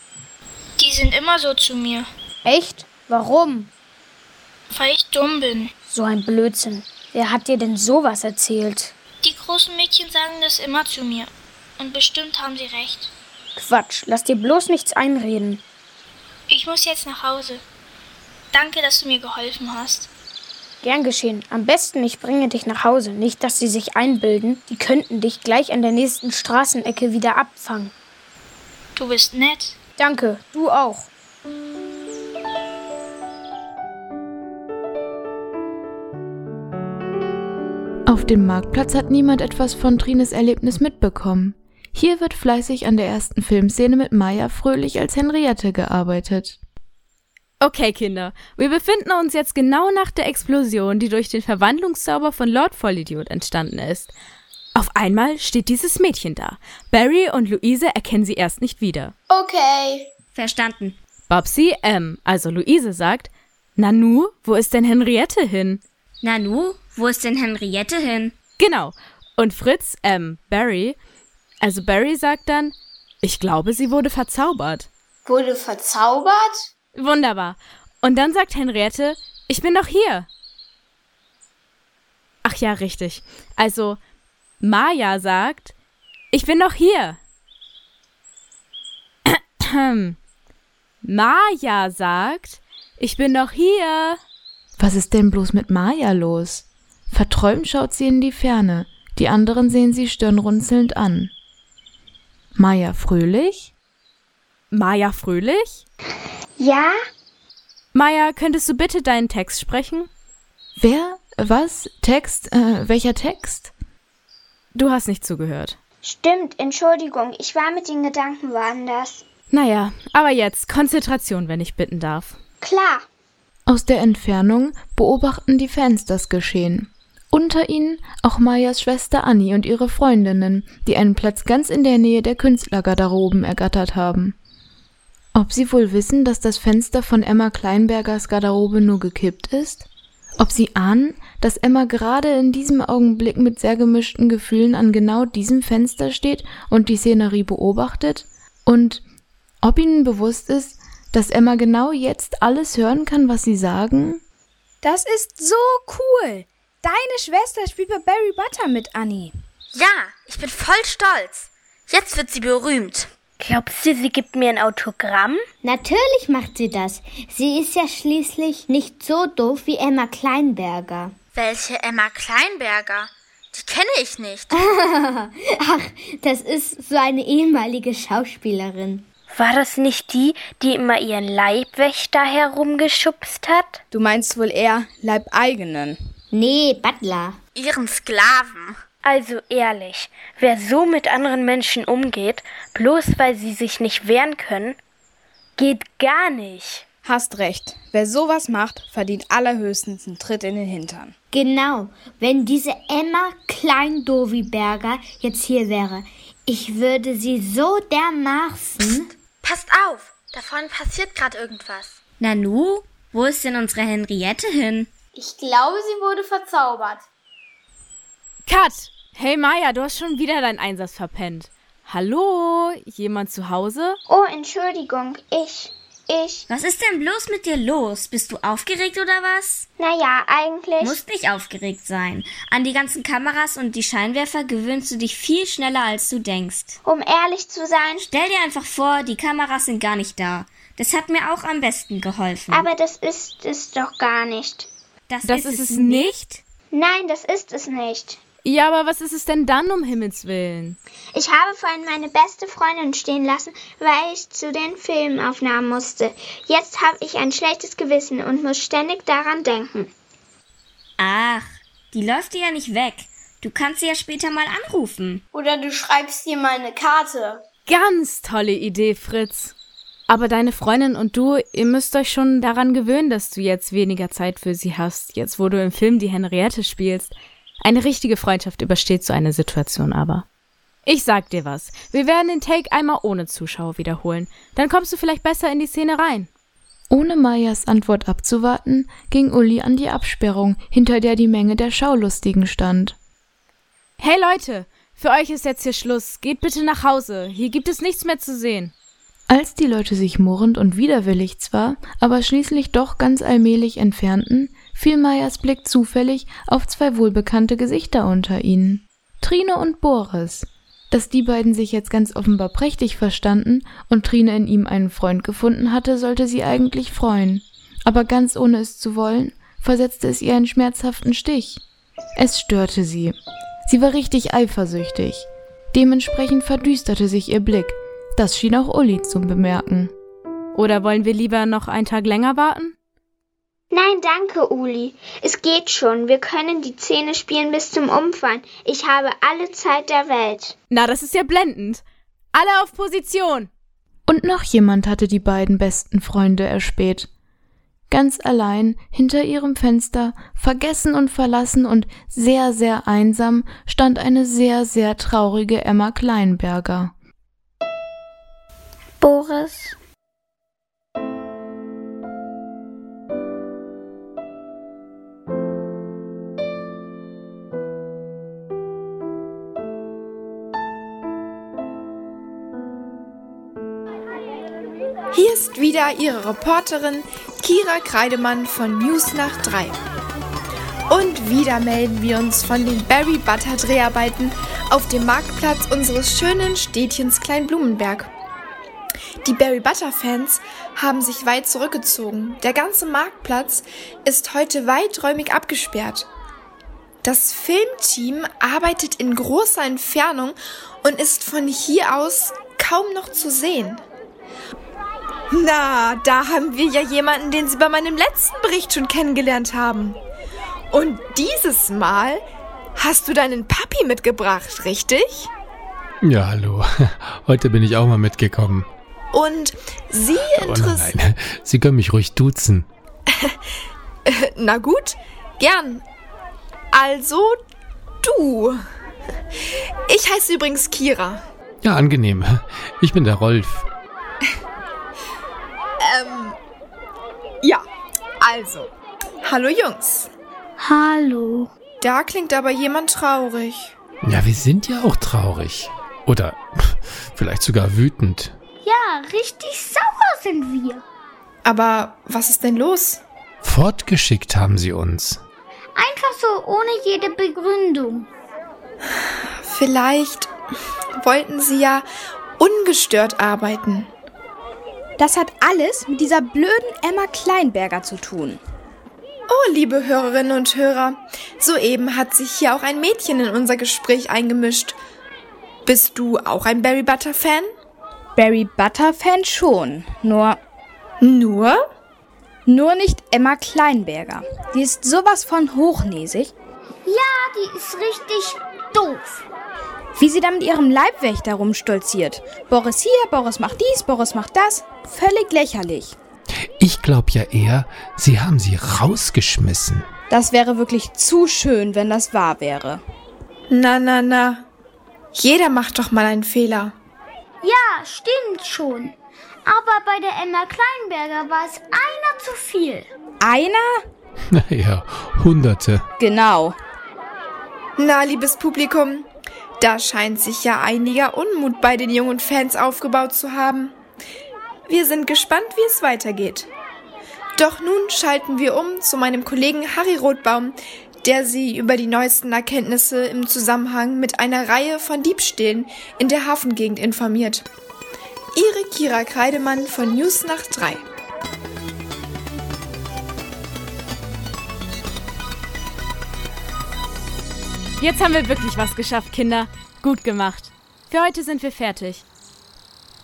Speaker 2: Die sind immer so zu mir.
Speaker 14: Echt? Warum?
Speaker 2: Weil ich dumm bin.
Speaker 14: So ein Blödsinn. Wer hat dir denn sowas erzählt?
Speaker 2: Die großen Mädchen sagen das immer zu mir. Und bestimmt haben sie recht.
Speaker 14: Quatsch, lass dir bloß nichts einreden.
Speaker 2: Ich muss jetzt nach Hause. Danke, dass du mir geholfen hast.
Speaker 14: Gern geschehen. Am besten, ich bringe dich nach Hause. Nicht, dass sie sich einbilden. Die könnten dich gleich an der nächsten Straßenecke wieder abfangen.
Speaker 2: Du bist nett.
Speaker 14: Danke, du auch.
Speaker 6: Auf dem Marktplatz hat niemand etwas von Trines Erlebnis mitbekommen. Hier wird fleißig an der ersten Filmszene mit Maya fröhlich als Henriette gearbeitet.
Speaker 4: Okay, Kinder, wir befinden uns jetzt genau nach der Explosion, die durch den Verwandlungszauber von Lord Vollidiot entstanden ist. Auf einmal steht dieses Mädchen da. Barry und Luise erkennen sie erst nicht wieder.
Speaker 27: Okay.
Speaker 28: Verstanden.
Speaker 4: Bobsy, ähm, also Luise sagt, Nanu, wo ist denn Henriette hin?
Speaker 28: Nanu, wo ist denn Henriette hin?
Speaker 4: Genau. Und Fritz, ähm, Barry, also Barry sagt dann, Ich glaube, sie wurde verzaubert.
Speaker 29: Wurde verzaubert?
Speaker 4: Wunderbar. Und dann sagt Henriette, ich bin doch hier. Ach ja, richtig. Also, Maya sagt, ich bin doch hier. [CLEARS THROAT] Maya sagt, ich bin doch hier.
Speaker 6: Was ist denn bloß mit Maya los? Verträumt schaut sie in die Ferne. Die anderen sehen sie stirnrunzelnd an. Maya fröhlich?
Speaker 4: Maya fröhlich?
Speaker 11: Ja?
Speaker 4: Maya, könntest du bitte deinen Text sprechen?
Speaker 6: Wer? Was? Text? Äh, welcher Text?
Speaker 4: Du hast nicht zugehört.
Speaker 11: Stimmt, Entschuldigung, ich war mit den Gedanken woanders.
Speaker 4: Naja, aber jetzt Konzentration, wenn ich bitten darf.
Speaker 11: Klar.
Speaker 6: Aus der Entfernung beobachten die Fans das Geschehen. Unter ihnen auch Mayas Schwester Annie und ihre Freundinnen, die einen Platz ganz in der Nähe der Künstlergarderoben ergattert haben. Ob sie wohl wissen, dass das Fenster von Emma Kleinbergers Garderobe nur gekippt ist? Ob sie ahnen, dass Emma gerade in diesem Augenblick mit sehr gemischten Gefühlen an genau diesem Fenster steht und die Szenerie beobachtet? Und ob ihnen bewusst ist, dass Emma genau jetzt alles hören kann, was sie sagen?
Speaker 9: Das ist so cool! Deine Schwester spielt bei Barry Butter mit Annie.
Speaker 18: Ja, ich bin voll stolz. Jetzt wird sie berühmt.
Speaker 8: Glaubst du, sie gibt mir ein Autogramm?
Speaker 30: Natürlich macht sie das. Sie ist ja schließlich nicht so doof wie Emma Kleinberger.
Speaker 18: Welche Emma Kleinberger? Die kenne ich nicht.
Speaker 30: [LAUGHS] Ach, das ist so eine ehemalige Schauspielerin.
Speaker 8: War das nicht die, die immer ihren Leibwächter herumgeschubst hat?
Speaker 9: Du meinst wohl eher Leibeigenen.
Speaker 30: Nee, Butler.
Speaker 18: Ihren Sklaven.
Speaker 8: Also ehrlich, wer so mit anderen Menschen umgeht, bloß weil sie sich nicht wehren können, geht gar nicht.
Speaker 9: Hast recht. Wer sowas macht, verdient allerhöchstens einen Tritt in den Hintern.
Speaker 30: Genau. Wenn diese Emma Klein-Doviberger jetzt hier wäre, ich würde sie so dermaßen. Psst,
Speaker 18: passt auf! Da vorne passiert gerade irgendwas.
Speaker 3: Nanu, wo ist denn unsere Henriette hin?
Speaker 29: Ich glaube, sie wurde verzaubert.
Speaker 4: Cut! Hey Maya, du hast schon wieder deinen Einsatz verpennt. Hallo? Jemand zu Hause?
Speaker 11: Oh, Entschuldigung, ich. Ich.
Speaker 3: Was ist denn bloß mit dir los? Bist du aufgeregt oder was?
Speaker 11: Naja, eigentlich.
Speaker 3: Musst nicht aufgeregt sein. An die ganzen Kameras und die Scheinwerfer gewöhnst du dich viel schneller, als du denkst.
Speaker 11: Um ehrlich zu sein.
Speaker 3: Stell dir einfach vor, die Kameras sind gar nicht da. Das hat mir auch am besten geholfen.
Speaker 11: Aber das ist es doch gar nicht.
Speaker 3: Das, das ist, ist, es nicht?
Speaker 11: Nein, das ist es nicht.
Speaker 4: Ja, aber was ist es denn dann um Himmels Willen?
Speaker 11: Ich habe vorhin meine beste Freundin stehen lassen, weil ich zu den Filmaufnahmen musste. Jetzt habe ich ein schlechtes Gewissen und muss ständig daran denken.
Speaker 3: Ach, die läuft dir ja nicht weg. Du kannst sie ja später mal anrufen.
Speaker 29: Oder du schreibst dir mal eine Karte.
Speaker 4: Ganz tolle Idee, Fritz. Aber deine Freundin und du, ihr müsst euch schon daran gewöhnen, dass du jetzt weniger Zeit für sie hast, jetzt wo du im Film die Henriette spielst. Eine richtige Freundschaft übersteht so eine Situation aber. Ich sag dir was. Wir werden den Take einmal ohne Zuschauer wiederholen. Dann kommst du vielleicht besser in die Szene rein.
Speaker 6: Ohne Mayas Antwort abzuwarten, ging Uli an die Absperrung, hinter der die Menge der Schaulustigen stand.
Speaker 4: Hey Leute, für euch ist jetzt hier Schluss. Geht bitte nach Hause. Hier gibt es nichts mehr zu sehen.
Speaker 6: Als die Leute sich murrend und widerwillig zwar, aber schließlich doch ganz allmählich entfernten, fiel Meyers Blick zufällig auf zwei wohlbekannte Gesichter unter ihnen. Trine und Boris. Dass die beiden sich jetzt ganz offenbar prächtig verstanden und Trine in ihm einen Freund gefunden hatte, sollte sie eigentlich freuen. Aber ganz ohne es zu wollen, versetzte es ihr einen schmerzhaften Stich. Es störte sie. Sie war richtig eifersüchtig. Dementsprechend verdüsterte sich ihr Blick, das schien auch Uli zu bemerken.
Speaker 4: Oder wollen wir lieber noch einen Tag länger warten?
Speaker 11: Nein, danke, Uli. Es geht schon. Wir können die Szene spielen bis zum Umfallen. Ich habe alle Zeit der Welt.
Speaker 4: Na, das ist ja blendend. Alle auf Position.
Speaker 6: Und noch jemand hatte die beiden besten Freunde erspäht. Ganz allein, hinter ihrem Fenster, vergessen und verlassen und sehr, sehr einsam, stand eine sehr, sehr traurige Emma Kleinberger.
Speaker 11: Boris.
Speaker 10: Hier ist wieder Ihre Reporterin Kira Kreidemann von News nach 3. Und wieder melden wir uns von den Barry Butter Dreharbeiten auf dem Marktplatz unseres schönen Städtchens Kleinblumenberg. Die Barry Butter Fans haben sich weit zurückgezogen. Der ganze Marktplatz ist heute weiträumig abgesperrt. Das Filmteam arbeitet in großer Entfernung und ist von hier aus kaum noch zu sehen. Na, da haben wir ja jemanden, den Sie bei meinem letzten Bericht schon kennengelernt haben. Und dieses Mal hast du deinen Papi mitgebracht, richtig?
Speaker 31: Ja, hallo. [LAUGHS] Heute bin ich auch mal mitgekommen.
Speaker 10: Und Sie
Speaker 31: Oh nein, nein, Sie können mich ruhig duzen.
Speaker 10: Äh, [LAUGHS] Na gut, gern. Also du. Ich heiße übrigens Kira.
Speaker 31: Ja, angenehm. Ich bin der Rolf.
Speaker 10: Ähm, ja, also. Hallo Jungs.
Speaker 32: Hallo.
Speaker 10: Da klingt aber jemand traurig.
Speaker 31: Ja, wir sind ja auch traurig. Oder [LAUGHS] pff, vielleicht sogar wütend.
Speaker 12: Ja, richtig sauer sind wir.
Speaker 10: Aber was ist denn los?
Speaker 31: Fortgeschickt haben sie uns.
Speaker 12: Einfach so, ohne jede Begründung.
Speaker 10: Vielleicht wollten sie ja ungestört arbeiten.
Speaker 9: Das hat alles mit dieser blöden Emma Kleinberger zu tun.
Speaker 10: Oh, liebe Hörerinnen und Hörer, soeben hat sich hier auch ein Mädchen in unser Gespräch eingemischt. Bist du auch ein Barry Butter Fan?
Speaker 9: Barry Butter Fan schon, nur.
Speaker 10: Nur?
Speaker 9: Nur nicht Emma Kleinberger. Die ist sowas von hochnäsig.
Speaker 12: Ja, die ist richtig doof.
Speaker 9: Wie sie da mit ihrem Leibwächter rumstolziert. Boris hier, Boris macht dies, Boris macht das. Völlig lächerlich.
Speaker 31: Ich glaube ja eher, sie haben sie rausgeschmissen. [LAUGHS]
Speaker 9: Das wäre wirklich zu schön, wenn das wahr wäre.
Speaker 10: Na, na, na. Jeder macht doch mal einen Fehler.
Speaker 12: Ja, stimmt schon. Aber bei der Emma Kleinberger war es einer zu viel.
Speaker 9: Einer?
Speaker 31: Naja, Hunderte.
Speaker 9: Genau.
Speaker 10: Na, liebes Publikum, da scheint sich ja einiger Unmut bei den jungen Fans aufgebaut zu haben. Wir sind gespannt, wie es weitergeht. Doch nun schalten wir um zu meinem Kollegen Harry Rotbaum, der Sie über die neuesten Erkenntnisse im Zusammenhang mit einer Reihe von Diebstählen in der Hafengegend informiert. Ihre Kira Kreidemann von News nach 3.
Speaker 4: Jetzt haben wir wirklich was geschafft, Kinder. Gut gemacht. Für heute sind wir fertig.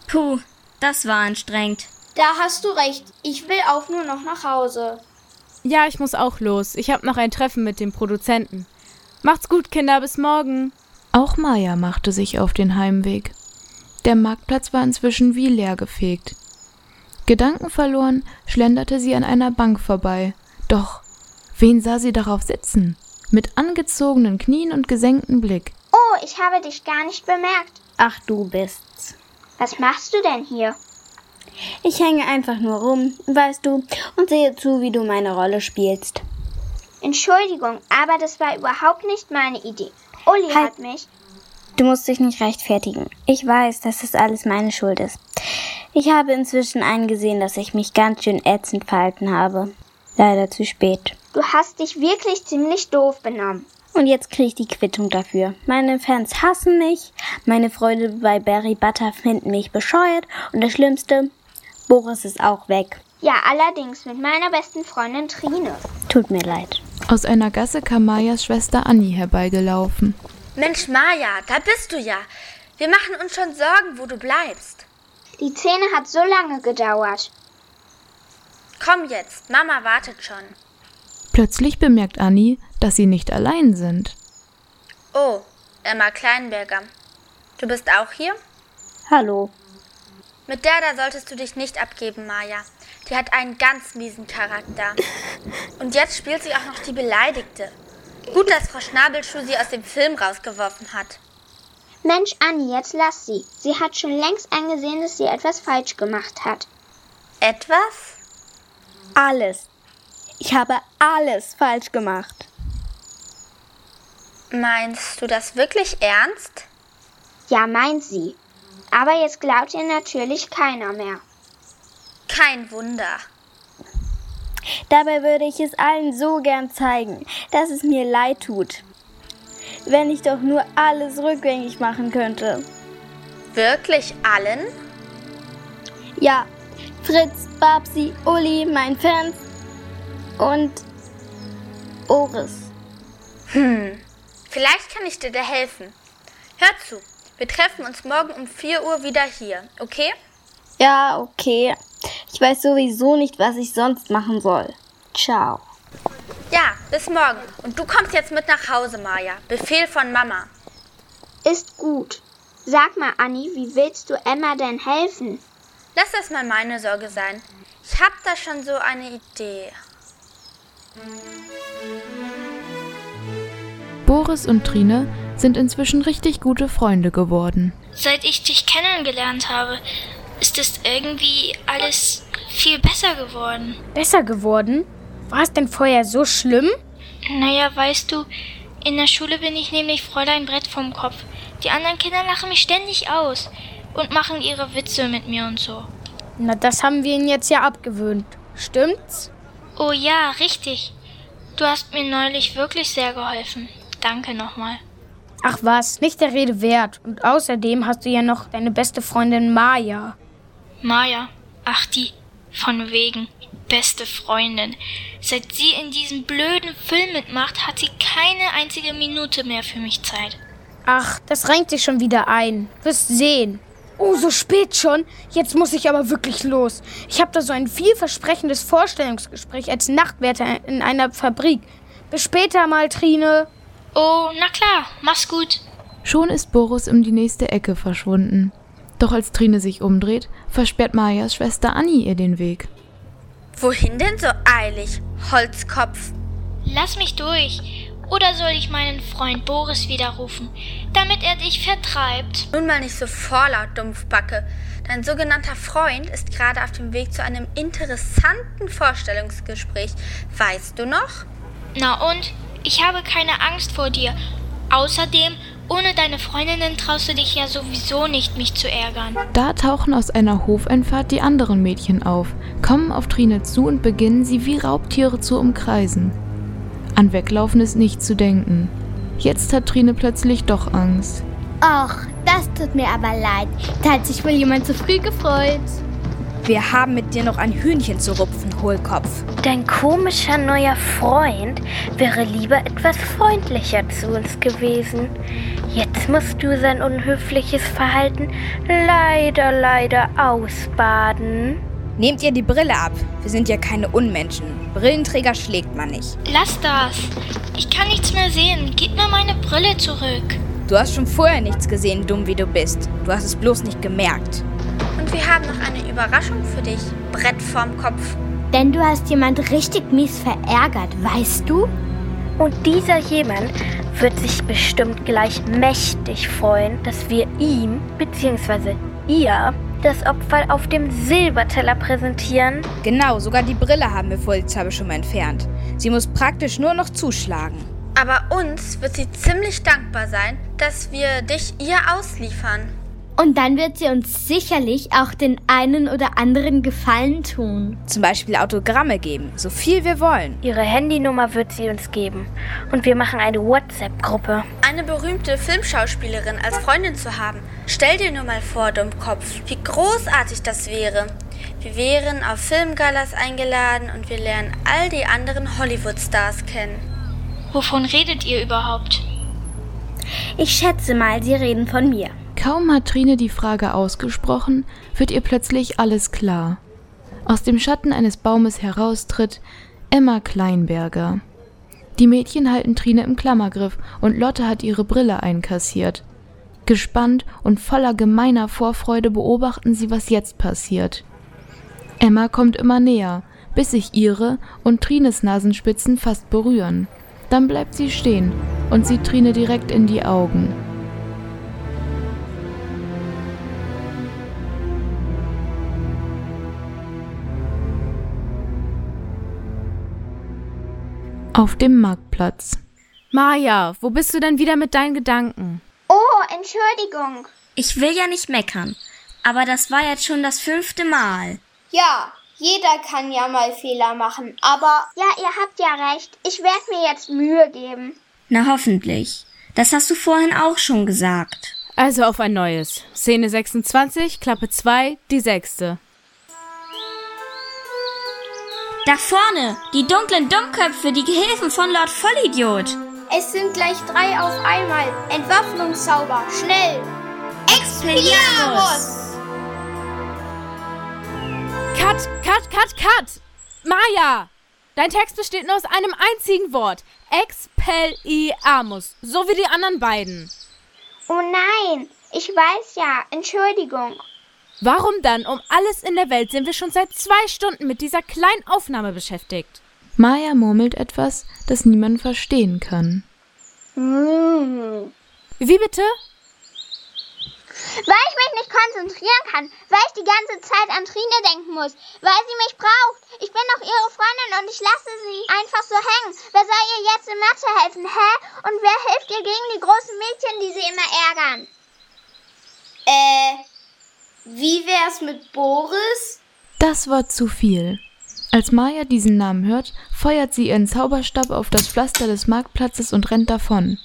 Speaker 3: Puh, das war anstrengend.
Speaker 1: Da hast du recht. Ich will auch nur noch nach Hause.
Speaker 4: Ja, ich muss auch los. Ich habe noch ein Treffen mit dem Produzenten. Macht's gut, Kinder. Bis morgen.
Speaker 6: Auch Maya machte sich auf den Heimweg. Der Marktplatz war inzwischen wie leer gefegt. Gedankenverloren schlenderte sie an einer Bank vorbei. Doch, wen sah sie darauf sitzen? Mit angezogenen Knien und gesenktem Blick.
Speaker 11: Oh, ich habe dich gar nicht bemerkt.
Speaker 32: Ach, du bist's.
Speaker 11: Was machst du denn hier?
Speaker 32: Ich hänge einfach nur rum, weißt du, und sehe zu, wie du meine Rolle spielst.
Speaker 11: Entschuldigung, aber das war überhaupt nicht meine Idee. Uli
Speaker 32: Halt.
Speaker 11: hat mich.
Speaker 32: Du musst dich nicht rechtfertigen. Ich weiß, dass das alles meine Schuld ist. Ich habe inzwischen eingesehen, dass ich mich ganz schön ätzend verhalten habe. Leider zu spät.
Speaker 11: Du hast dich wirklich ziemlich doof benommen.
Speaker 32: Und jetzt kriege ich die Quittung dafür. Meine Fans hassen mich, meine Freunde bei Barry Butter finden mich bescheuert und das Schlimmste, Boris ist auch weg.
Speaker 11: Ja, allerdings mit meiner besten Freundin Trine.
Speaker 32: Tut mir leid.
Speaker 6: Aus einer Gasse kam Mayas Schwester Anni herbeigelaufen.
Speaker 18: Mensch, Maja, da bist du ja. Wir machen uns schon Sorgen, wo du bleibst.
Speaker 11: Die Szene hat so lange gedauert.
Speaker 18: Komm jetzt, Mama wartet schon.
Speaker 6: Plötzlich bemerkt Anni, dass sie nicht allein sind.
Speaker 18: Oh, Emma Kleinberger. Du bist auch hier?
Speaker 32: Hallo.
Speaker 18: Mit der da solltest du dich nicht abgeben, Maja. Die hat einen ganz miesen Charakter. Und jetzt spielt sie auch noch die Beleidigte. Gut, dass Frau Schnabelschuh sie aus dem Film rausgeworfen hat.
Speaker 11: Mensch, Anni, jetzt lass sie. Sie hat schon längst angesehen, dass sie etwas falsch gemacht hat.
Speaker 18: Etwas?
Speaker 32: Alles. Ich habe alles falsch gemacht.
Speaker 18: Meinst du das wirklich ernst?
Speaker 11: Ja, meint sie. Aber jetzt glaubt ihr natürlich keiner mehr.
Speaker 18: Kein Wunder.
Speaker 2: Dabei würde ich es allen so gern zeigen, dass es mir leid tut. Wenn ich doch nur alles rückgängig machen könnte.
Speaker 18: Wirklich allen?
Speaker 2: Ja, Fritz, Babsi, Uli, mein Fan und Oris.
Speaker 18: Hm, vielleicht kann ich dir da helfen. Hör zu, wir treffen uns morgen um 4 Uhr wieder hier, okay?
Speaker 2: Ja, okay. Ich weiß sowieso nicht, was ich sonst machen soll. Ciao.
Speaker 18: Ja, bis morgen. Und du kommst jetzt mit nach Hause, Maja. Befehl von Mama.
Speaker 11: Ist gut. Sag mal, Anni, wie willst du Emma denn helfen?
Speaker 18: Lass das mal meine Sorge sein. Ich hab da schon so eine Idee.
Speaker 6: Boris und Trine sind inzwischen richtig gute Freunde geworden.
Speaker 21: Seit ich dich kennengelernt habe, ist es irgendwie alles viel besser geworden.
Speaker 14: Besser geworden? War es denn vorher so schlimm?
Speaker 21: Naja, weißt du, in der Schule bin ich nämlich Fräulein Brett vom Kopf. Die anderen Kinder lachen mich ständig aus und machen ihre Witze mit mir und so.
Speaker 14: Na, das haben wir ihnen jetzt ja abgewöhnt. Stimmt's?
Speaker 21: Oh ja, richtig. Du hast mir neulich wirklich sehr geholfen. Danke nochmal.
Speaker 14: Ach was, nicht der Rede wert. Und außerdem hast du ja noch deine beste Freundin Maya.
Speaker 21: Maya? Ach die, von wegen. Beste Freundin. Seit sie in diesem blöden Film mitmacht, hat sie keine einzige Minute mehr für mich Zeit.
Speaker 14: Ach, das renkt sich schon wieder ein. Wirst sehen. Oh, so spät schon. Jetzt muss ich aber wirklich los. Ich habe da so ein vielversprechendes Vorstellungsgespräch als Nachtwärter in einer Fabrik. Bis später mal, Trine.
Speaker 21: Oh, na klar. Mach's gut.
Speaker 6: Schon ist Boris um die nächste Ecke verschwunden. Doch als Trine sich umdreht, versperrt Marias Schwester Anni ihr den Weg.
Speaker 18: Wohin denn so eilig, Holzkopf?
Speaker 21: Lass mich durch. Oder soll ich meinen Freund Boris wieder rufen, damit er dich vertreibt?
Speaker 18: Nun mal nicht so vorlaut, Dumpfbacke. Dein sogenannter Freund ist gerade auf dem Weg zu einem interessanten Vorstellungsgespräch. Weißt du noch?
Speaker 21: Na und? Ich habe keine Angst vor dir. Außerdem, ohne deine Freundinnen traust du dich ja sowieso nicht, mich zu ärgern.
Speaker 6: Da tauchen aus einer Hofeinfahrt die anderen Mädchen auf, kommen auf Trine zu und beginnen sie wie Raubtiere zu umkreisen. An Weglaufen ist nicht zu denken. Jetzt hat Trine plötzlich doch Angst.
Speaker 30: Och, das tut mir aber leid. Da hat sich wohl jemand zu früh gefreut.
Speaker 9: Wir haben mit dir noch ein Hühnchen zu rupfen, Hohlkopf.
Speaker 8: Dein komischer neuer Freund wäre lieber etwas freundlicher zu uns gewesen. Jetzt musst du sein unhöfliches Verhalten leider, leider ausbaden.
Speaker 9: Nehmt ihr die Brille ab. Wir sind ja keine Unmenschen. Brillenträger schlägt man nicht.
Speaker 21: Lass das. Ich kann nichts mehr sehen. Gib mir meine Brille zurück.
Speaker 9: Du hast schon vorher nichts gesehen, dumm wie du bist. Du hast es bloß nicht gemerkt.
Speaker 18: Und wir haben noch eine Überraschung für dich. Brett vorm Kopf.
Speaker 30: Denn du hast jemand richtig mies verärgert, weißt du?
Speaker 8: Und dieser jemand wird sich bestimmt gleich mächtig freuen, dass wir ihm bzw. ihr das Opfer auf dem Silberteller präsentieren.
Speaker 9: Genau, sogar die Brille haben wir vorsichtshalber schon mal entfernt. Sie muss praktisch nur noch zuschlagen.
Speaker 18: Aber uns wird sie ziemlich dankbar sein, dass wir dich ihr ausliefern.
Speaker 30: Und dann wird sie uns sicherlich auch den einen oder anderen Gefallen tun.
Speaker 9: Zum Beispiel Autogramme geben, so viel wir wollen.
Speaker 8: Ihre Handynummer wird sie uns geben. Und wir machen eine WhatsApp-Gruppe.
Speaker 18: Eine berühmte Filmschauspielerin als Freundin zu haben. Stell dir nur mal vor, Dummkopf, wie großartig das wäre. Wir wären auf Filmgalas eingeladen und wir lernen all die anderen Hollywood-Stars kennen.
Speaker 21: Wovon redet ihr überhaupt?
Speaker 2: Ich schätze mal, sie reden von mir.
Speaker 6: Kaum hat Trine die Frage ausgesprochen, wird ihr plötzlich alles klar. Aus dem Schatten eines Baumes heraustritt Emma Kleinberger. Die Mädchen halten Trine im Klammergriff und Lotte hat ihre Brille einkassiert. Gespannt und voller gemeiner Vorfreude beobachten sie, was jetzt passiert. Emma kommt immer näher, bis sich ihre und Trines Nasenspitzen fast berühren. Dann bleibt sie stehen und sieht Trine direkt in die Augen. auf dem Marktplatz.
Speaker 4: Maja, wo bist du denn wieder mit deinen Gedanken?
Speaker 11: Oh, Entschuldigung.
Speaker 3: Ich will ja nicht meckern, aber das war jetzt schon das fünfte Mal.
Speaker 29: Ja, Jeder kann ja mal Fehler machen, aber.
Speaker 11: Ja, ihr habt ja recht. Ich werde mir jetzt Mühe geben.
Speaker 3: Na hoffentlich. Das hast du vorhin auch schon gesagt.
Speaker 4: Also auf ein neues. Szene 26, Klappe 2, die sechste.
Speaker 3: Da vorne, die dunklen Dummköpfe, die Gehilfen von Lord Vollidiot.
Speaker 29: Es sind gleich drei auf einmal. Entwaffnungszauber, schnell! Expelliarmus!
Speaker 4: Cut, cut, cut, cut! Maya! Dein Text besteht nur aus einem einzigen Wort. Expelliarmus. So wie die anderen beiden.
Speaker 11: Oh nein, ich weiß ja. Entschuldigung.
Speaker 4: Warum dann um alles in der Welt sind wir schon seit zwei Stunden mit dieser kleinen Aufnahme beschäftigt?
Speaker 6: Maya murmelt etwas, das niemand verstehen kann.
Speaker 4: Mhm. Wie bitte?
Speaker 11: Weil ich mich nicht konzentrieren kann, weil ich die ganze Zeit an Trine denken muss, weil sie mich braucht. Ich bin doch ihre Freundin und ich lasse sie einfach so hängen. Wer soll ihr jetzt in Mathe helfen? Hä? Und wer hilft ihr gegen die großen Mädchen, die sie immer ärgern?
Speaker 29: Äh, wie wär's mit Boris?
Speaker 6: Das war zu viel. Als Maya diesen Namen hört, feuert sie ihren Zauberstab auf das Pflaster des Marktplatzes und rennt davon.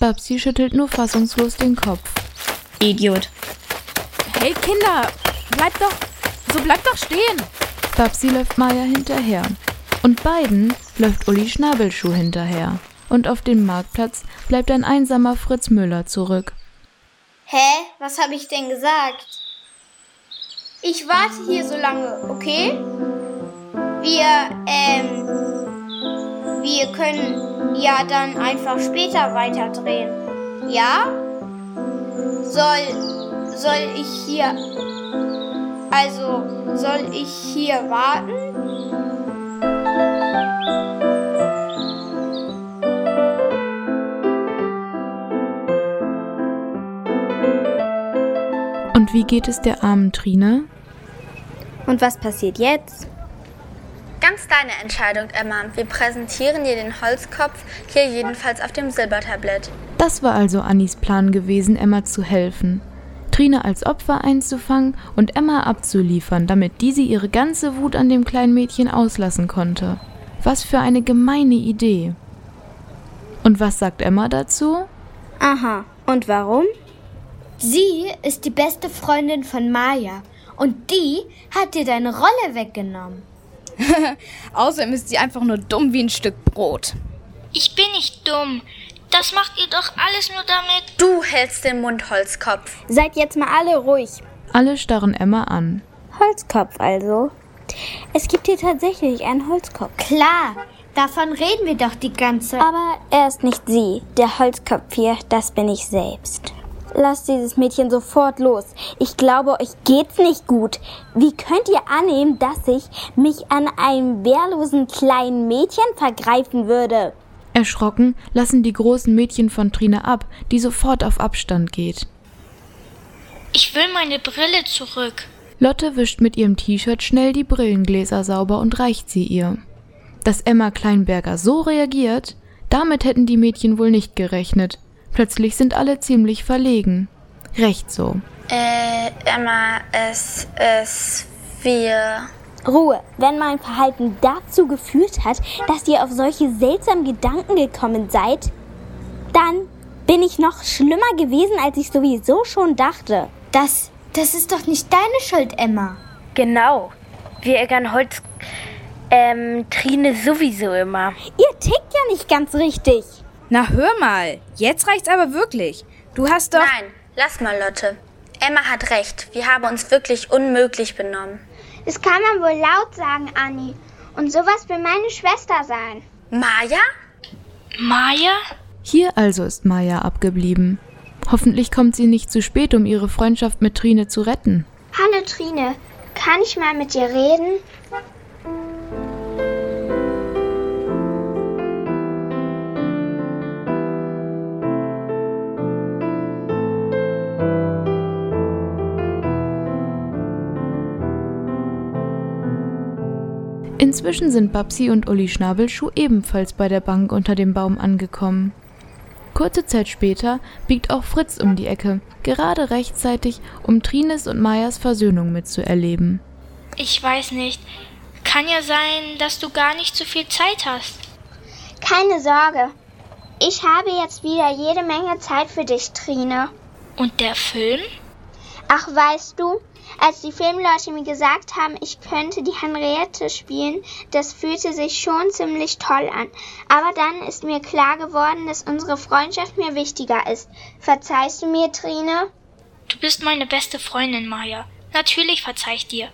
Speaker 6: Babsi schüttelt nur fassungslos den Kopf.
Speaker 3: Idiot.
Speaker 4: Hey Kinder, bleibt doch. So bleibt doch stehen.
Speaker 6: Babsi läuft Maya hinterher. Und beiden läuft Uli Schnabelschuh hinterher. Und auf dem Marktplatz bleibt ein einsamer Fritz Müller zurück.
Speaker 29: Hä? Was habe ich denn gesagt? Ich warte hier so lange, okay? Wir, ähm, wir können ja dann einfach später weiterdrehen. Ja? Soll, soll ich hier, also, soll ich hier warten?
Speaker 6: Und wie geht es der armen Trine?
Speaker 2: Und was passiert jetzt?
Speaker 18: Ganz deine Entscheidung, Emma. Wir präsentieren dir den Holzkopf, hier jedenfalls auf dem Silbertablett.
Speaker 6: Das war also Annis Plan gewesen, Emma zu helfen. Trine als Opfer einzufangen und Emma abzuliefern, damit diese ihre ganze Wut an dem kleinen Mädchen auslassen konnte. Was für eine gemeine Idee. Und was sagt Emma dazu?
Speaker 2: Aha, und warum?
Speaker 30: Sie ist die beste Freundin von Maya und die hat dir deine Rolle
Speaker 2: [LAUGHS]
Speaker 30: weggenommen.
Speaker 9: Außerdem ist sie einfach nur dumm wie ein Stück Brot.
Speaker 21: Ich bin nicht dumm. Das macht ihr doch alles nur damit.
Speaker 18: Du hältst den Mund, Holzkopf.
Speaker 2: Seid jetzt mal alle ruhig.
Speaker 6: Alle starren Emma an.
Speaker 2: Holzkopf also. Es gibt hier tatsächlich einen Holzkopf.
Speaker 30: Klar, davon reden wir doch die ganze.
Speaker 2: Aber er ist nicht sie. Der Holzkopf hier, das bin ich selbst. Lasst dieses Mädchen sofort los. Ich glaube, euch geht's nicht gut. Wie könnt ihr annehmen, dass ich mich an einem wehrlosen kleinen Mädchen vergreifen würde?
Speaker 6: Erschrocken lassen die großen Mädchen von Trine ab, die sofort auf Abstand geht.
Speaker 21: Ich will meine Brille zurück.
Speaker 6: Lotte wischt mit ihrem T-Shirt schnell die Brillengläser sauber und reicht sie ihr. Dass Emma Kleinberger so reagiert, damit hätten die Mädchen wohl nicht gerechnet. Plötzlich sind alle ziemlich verlegen. Recht so.
Speaker 18: Äh, Emma, es, es, wir.
Speaker 2: Ruhe, wenn mein Verhalten dazu geführt hat, dass ihr auf solche seltsamen Gedanken gekommen seid, dann bin ich noch schlimmer gewesen, als ich sowieso schon dachte.
Speaker 30: Das, das ist doch nicht deine Schuld, Emma.
Speaker 22: Genau. Wir ärgern Holz, ähm, Trine sowieso immer.
Speaker 2: Ihr tickt ja nicht ganz richtig.
Speaker 9: Na hör mal, jetzt reicht's aber wirklich. Du hast doch.
Speaker 18: Nein, lass mal, Lotte. Emma hat recht. Wir haben uns wirklich unmöglich benommen.
Speaker 11: Das kann man wohl laut sagen, Anni. Und sowas will meine Schwester sein.
Speaker 18: Maja?
Speaker 21: Maya?
Speaker 6: Hier also ist Maya abgeblieben. Hoffentlich kommt sie nicht zu spät, um ihre Freundschaft mit Trine zu retten.
Speaker 11: Hallo Trine, kann ich mal mit dir reden?
Speaker 6: Inzwischen sind Babsi und Uli Schnabelschuh ebenfalls bei der Bank unter dem Baum angekommen. Kurze Zeit später biegt auch Fritz um die Ecke, gerade rechtzeitig, um Trines und Mayas Versöhnung mitzuerleben.
Speaker 21: ich weiß nicht. Kann ja sein, dass du gar nicht so viel Zeit hast.
Speaker 11: Keine Sorge. Ich habe jetzt wieder jede Menge Zeit für dich, Trine.
Speaker 21: Und der Film?
Speaker 11: Ach, weißt du, als die Filmleute mir gesagt haben, ich könnte die Henriette spielen, das fühlte sich schon ziemlich toll an. Aber dann ist mir klar geworden, dass unsere Freundschaft mir wichtiger ist. Verzeihst du mir, Trine?
Speaker 21: Du bist meine beste Freundin, Maya. Natürlich verzeih ich dir.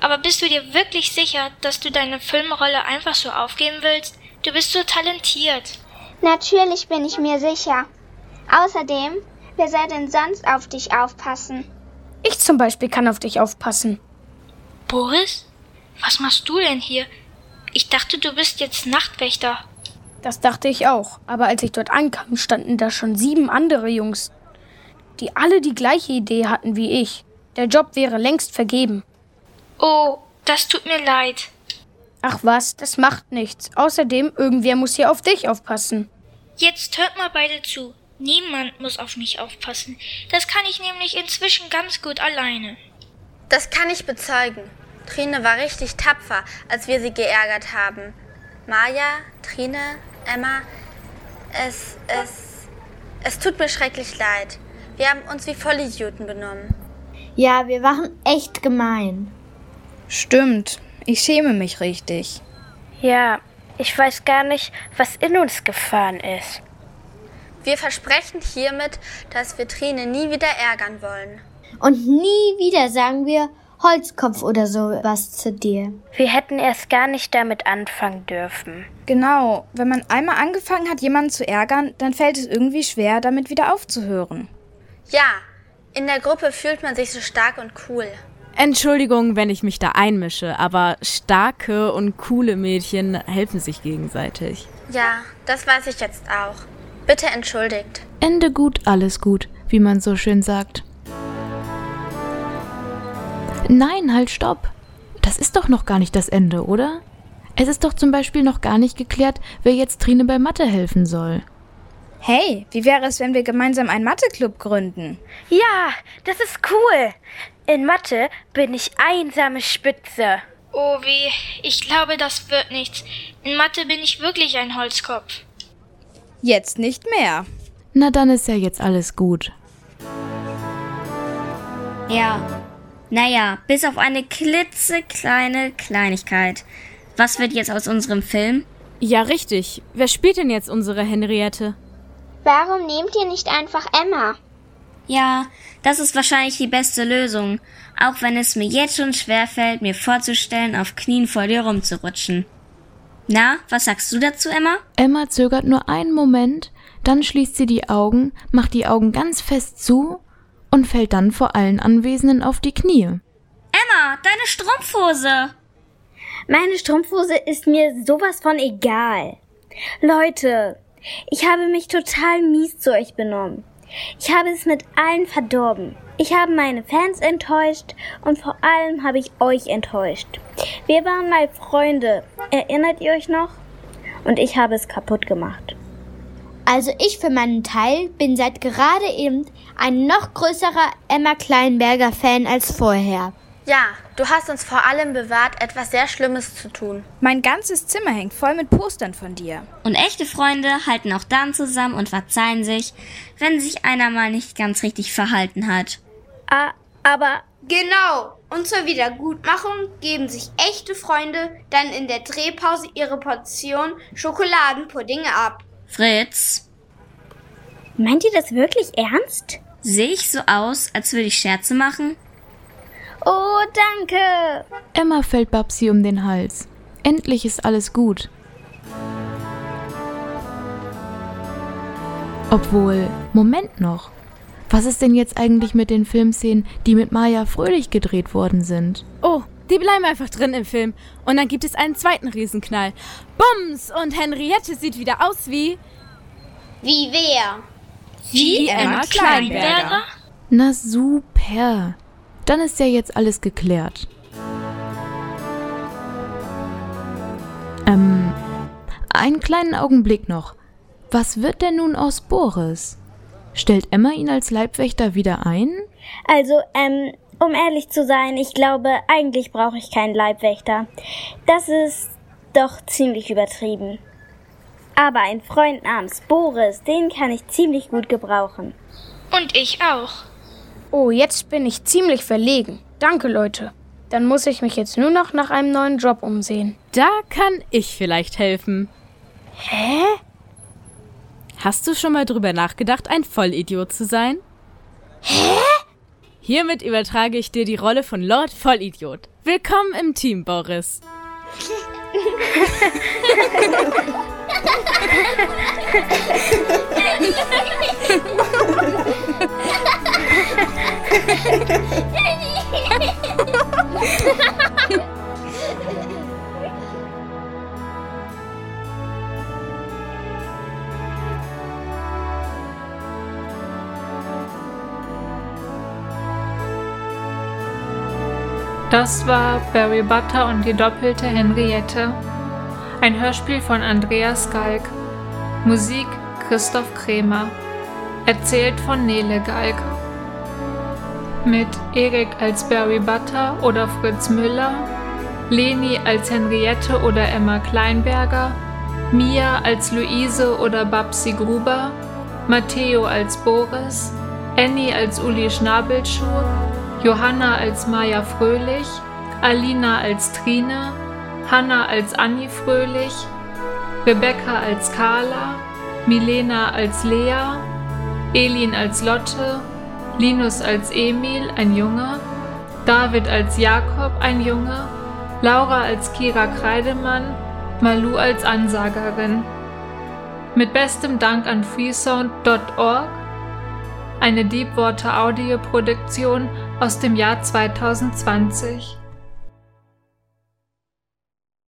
Speaker 21: Aber bist du dir wirklich sicher, dass du deine Filmrolle einfach so aufgeben willst? Du bist so talentiert.
Speaker 11: Natürlich bin ich mir sicher. Außerdem, wer soll denn sonst auf dich aufpassen?
Speaker 14: Ich zum Beispiel kann auf dich aufpassen.
Speaker 21: Boris? Was machst du denn hier? Ich dachte, du bist jetzt Nachtwächter.
Speaker 14: Das dachte ich auch. Aber als ich dort ankam, standen da schon sieben andere Jungs, die alle die gleiche Idee hatten wie ich. Der Job wäre längst vergeben.
Speaker 21: Oh, das tut mir leid.
Speaker 14: Ach was, das macht nichts. Außerdem, irgendwer muss hier auf dich aufpassen.
Speaker 21: Jetzt hört mal beide zu. Niemand muss auf mich aufpassen. Das kann ich nämlich inzwischen ganz gut alleine.
Speaker 18: Das kann ich bezeugen. Trine war richtig tapfer, als wir sie geärgert haben. Maja, Trine, Emma, es, es, es tut mir schrecklich leid. Wir haben uns wie Vollidioten benommen.
Speaker 30: Ja, wir waren echt gemein.
Speaker 9: Stimmt, ich schäme mich richtig.
Speaker 8: Ja, ich weiß gar nicht, was in uns gefahren ist.
Speaker 18: Wir versprechen hiermit, dass wir Trine nie wieder ärgern wollen.
Speaker 30: Und nie wieder sagen wir Holzkopf oder so was zu dir.
Speaker 8: Wir hätten erst gar nicht damit anfangen dürfen.
Speaker 9: Genau, wenn man einmal angefangen hat, jemanden zu ärgern, dann fällt es irgendwie schwer, damit wieder aufzuhören.
Speaker 18: Ja, in der Gruppe fühlt man sich so stark und cool.
Speaker 4: Entschuldigung, wenn ich mich da einmische, aber starke und coole Mädchen helfen sich gegenseitig.
Speaker 18: Ja, das weiß ich jetzt auch. Bitte entschuldigt.
Speaker 6: Ende gut, alles gut, wie man so schön sagt. Nein, halt, stopp. Das ist doch noch gar nicht das Ende, oder? Es ist doch zum Beispiel noch gar nicht geklärt, wer jetzt Trine bei Mathe helfen soll.
Speaker 9: Hey, wie wäre es, wenn wir gemeinsam einen Mathe-Club gründen?
Speaker 8: Ja, das ist cool. In Mathe bin ich einsame Spitze.
Speaker 21: Oh weh, ich glaube, das wird nichts. In Mathe bin ich wirklich ein Holzkopf.
Speaker 9: Jetzt nicht mehr.
Speaker 6: Na, dann ist ja jetzt alles gut.
Speaker 3: Ja. Naja, bis auf eine klitzekleine Kleinigkeit. Was wird jetzt aus unserem Film?
Speaker 4: Ja, richtig. Wer spielt denn jetzt unsere Henriette?
Speaker 11: Warum nehmt ihr nicht einfach Emma?
Speaker 3: Ja, das ist wahrscheinlich die beste Lösung. Auch wenn es mir jetzt schon schwerfällt, mir vorzustellen, auf Knien vor dir rumzurutschen. Na, was sagst du dazu, Emma?
Speaker 6: Emma zögert nur einen Moment, dann schließt sie die Augen, macht die Augen ganz fest zu und fällt dann vor allen Anwesenden auf die Knie.
Speaker 3: Emma, deine Strumpfhose!
Speaker 2: Meine Strumpfhose ist mir sowas von egal. Leute, ich habe mich total mies zu euch benommen. Ich habe es mit allen verdorben. Ich habe meine Fans enttäuscht und vor allem habe ich euch enttäuscht. Wir waren mal Freunde, erinnert ihr euch noch? Und ich habe es kaputt gemacht.
Speaker 30: Also ich für meinen Teil bin seit gerade eben ein noch größerer Emma Kleinberger Fan als vorher.
Speaker 18: Ja, du hast uns vor allem bewahrt, etwas sehr Schlimmes zu tun.
Speaker 9: Mein ganzes Zimmer hängt voll mit Postern von dir.
Speaker 3: Und echte Freunde halten auch dann zusammen und verzeihen sich, wenn sich einer mal nicht ganz richtig verhalten hat.
Speaker 1: Ah, aber genau. Und zur Wiedergutmachung geben sich echte Freunde dann in der Drehpause ihre Portion Schokoladenpudding ab.
Speaker 3: Fritz,
Speaker 2: Meint ihr das wirklich ernst?
Speaker 3: sehe ich so aus, als würde ich Scherze machen?
Speaker 1: Oh, danke.
Speaker 6: Emma fällt Babsi um den Hals. Endlich ist alles gut. Obwohl, Moment noch. Was ist denn jetzt eigentlich mit den Filmszenen, die mit Maya Fröhlich gedreht worden sind?
Speaker 4: Oh, die bleiben einfach drin im Film. Und dann gibt es einen zweiten Riesenknall. Bums! Und Henriette sieht wieder aus wie.
Speaker 29: Wie wer?
Speaker 4: Wie
Speaker 29: Emma Kleinberger.
Speaker 6: Na super. Dann ist ja jetzt alles geklärt. Ähm, einen kleinen Augenblick noch. Was wird denn nun aus Boris? Stellt Emma ihn als Leibwächter wieder ein?
Speaker 2: Also, ähm, Um ehrlich zu sein, ich glaube, eigentlich brauche ich keinen Leibwächter. Das ist doch ziemlich übertrieben. Aber einen Freund namens Boris, den kann ich ziemlich gut gebrauchen.
Speaker 21: Und ich auch.
Speaker 14: Oh, jetzt bin ich ziemlich verlegen. Danke, Leute. Dann muss ich mich jetzt nur noch nach einem neuen Job umsehen.
Speaker 4: Da kann ich vielleicht helfen.
Speaker 14: Hä?
Speaker 4: Hast du schon mal drüber nachgedacht, ein Vollidiot zu sein? Hä? Hiermit übertrage ich dir die Rolle von Lord Vollidiot. Willkommen im Team, Boris.
Speaker 5: Das war Barry Butter und die doppelte Henriette. Ein Hörspiel von Andreas Galg. Musik Christoph Kremer. Erzählt von Nele Galg. Mit Erik als Barry Butter oder Fritz Müller, Leni als Henriette oder Emma Kleinberger, Mia als Luise oder Babsi Gruber, Matteo als Boris, Annie als Uli Schnabelschuh, Johanna als Maja Fröhlich, Alina als Trine, Hanna als Anni Fröhlich, Rebecca als Carla, Milena als Lea, Elin als Lotte, Linus als Emil, ein Junge, David als Jakob, ein Junge, Laura als Kira Kreidemann, Malu als Ansagerin. Mit bestem Dank an freesound.org, eine Deepwater Audio-Produktion aus dem Jahr 2020.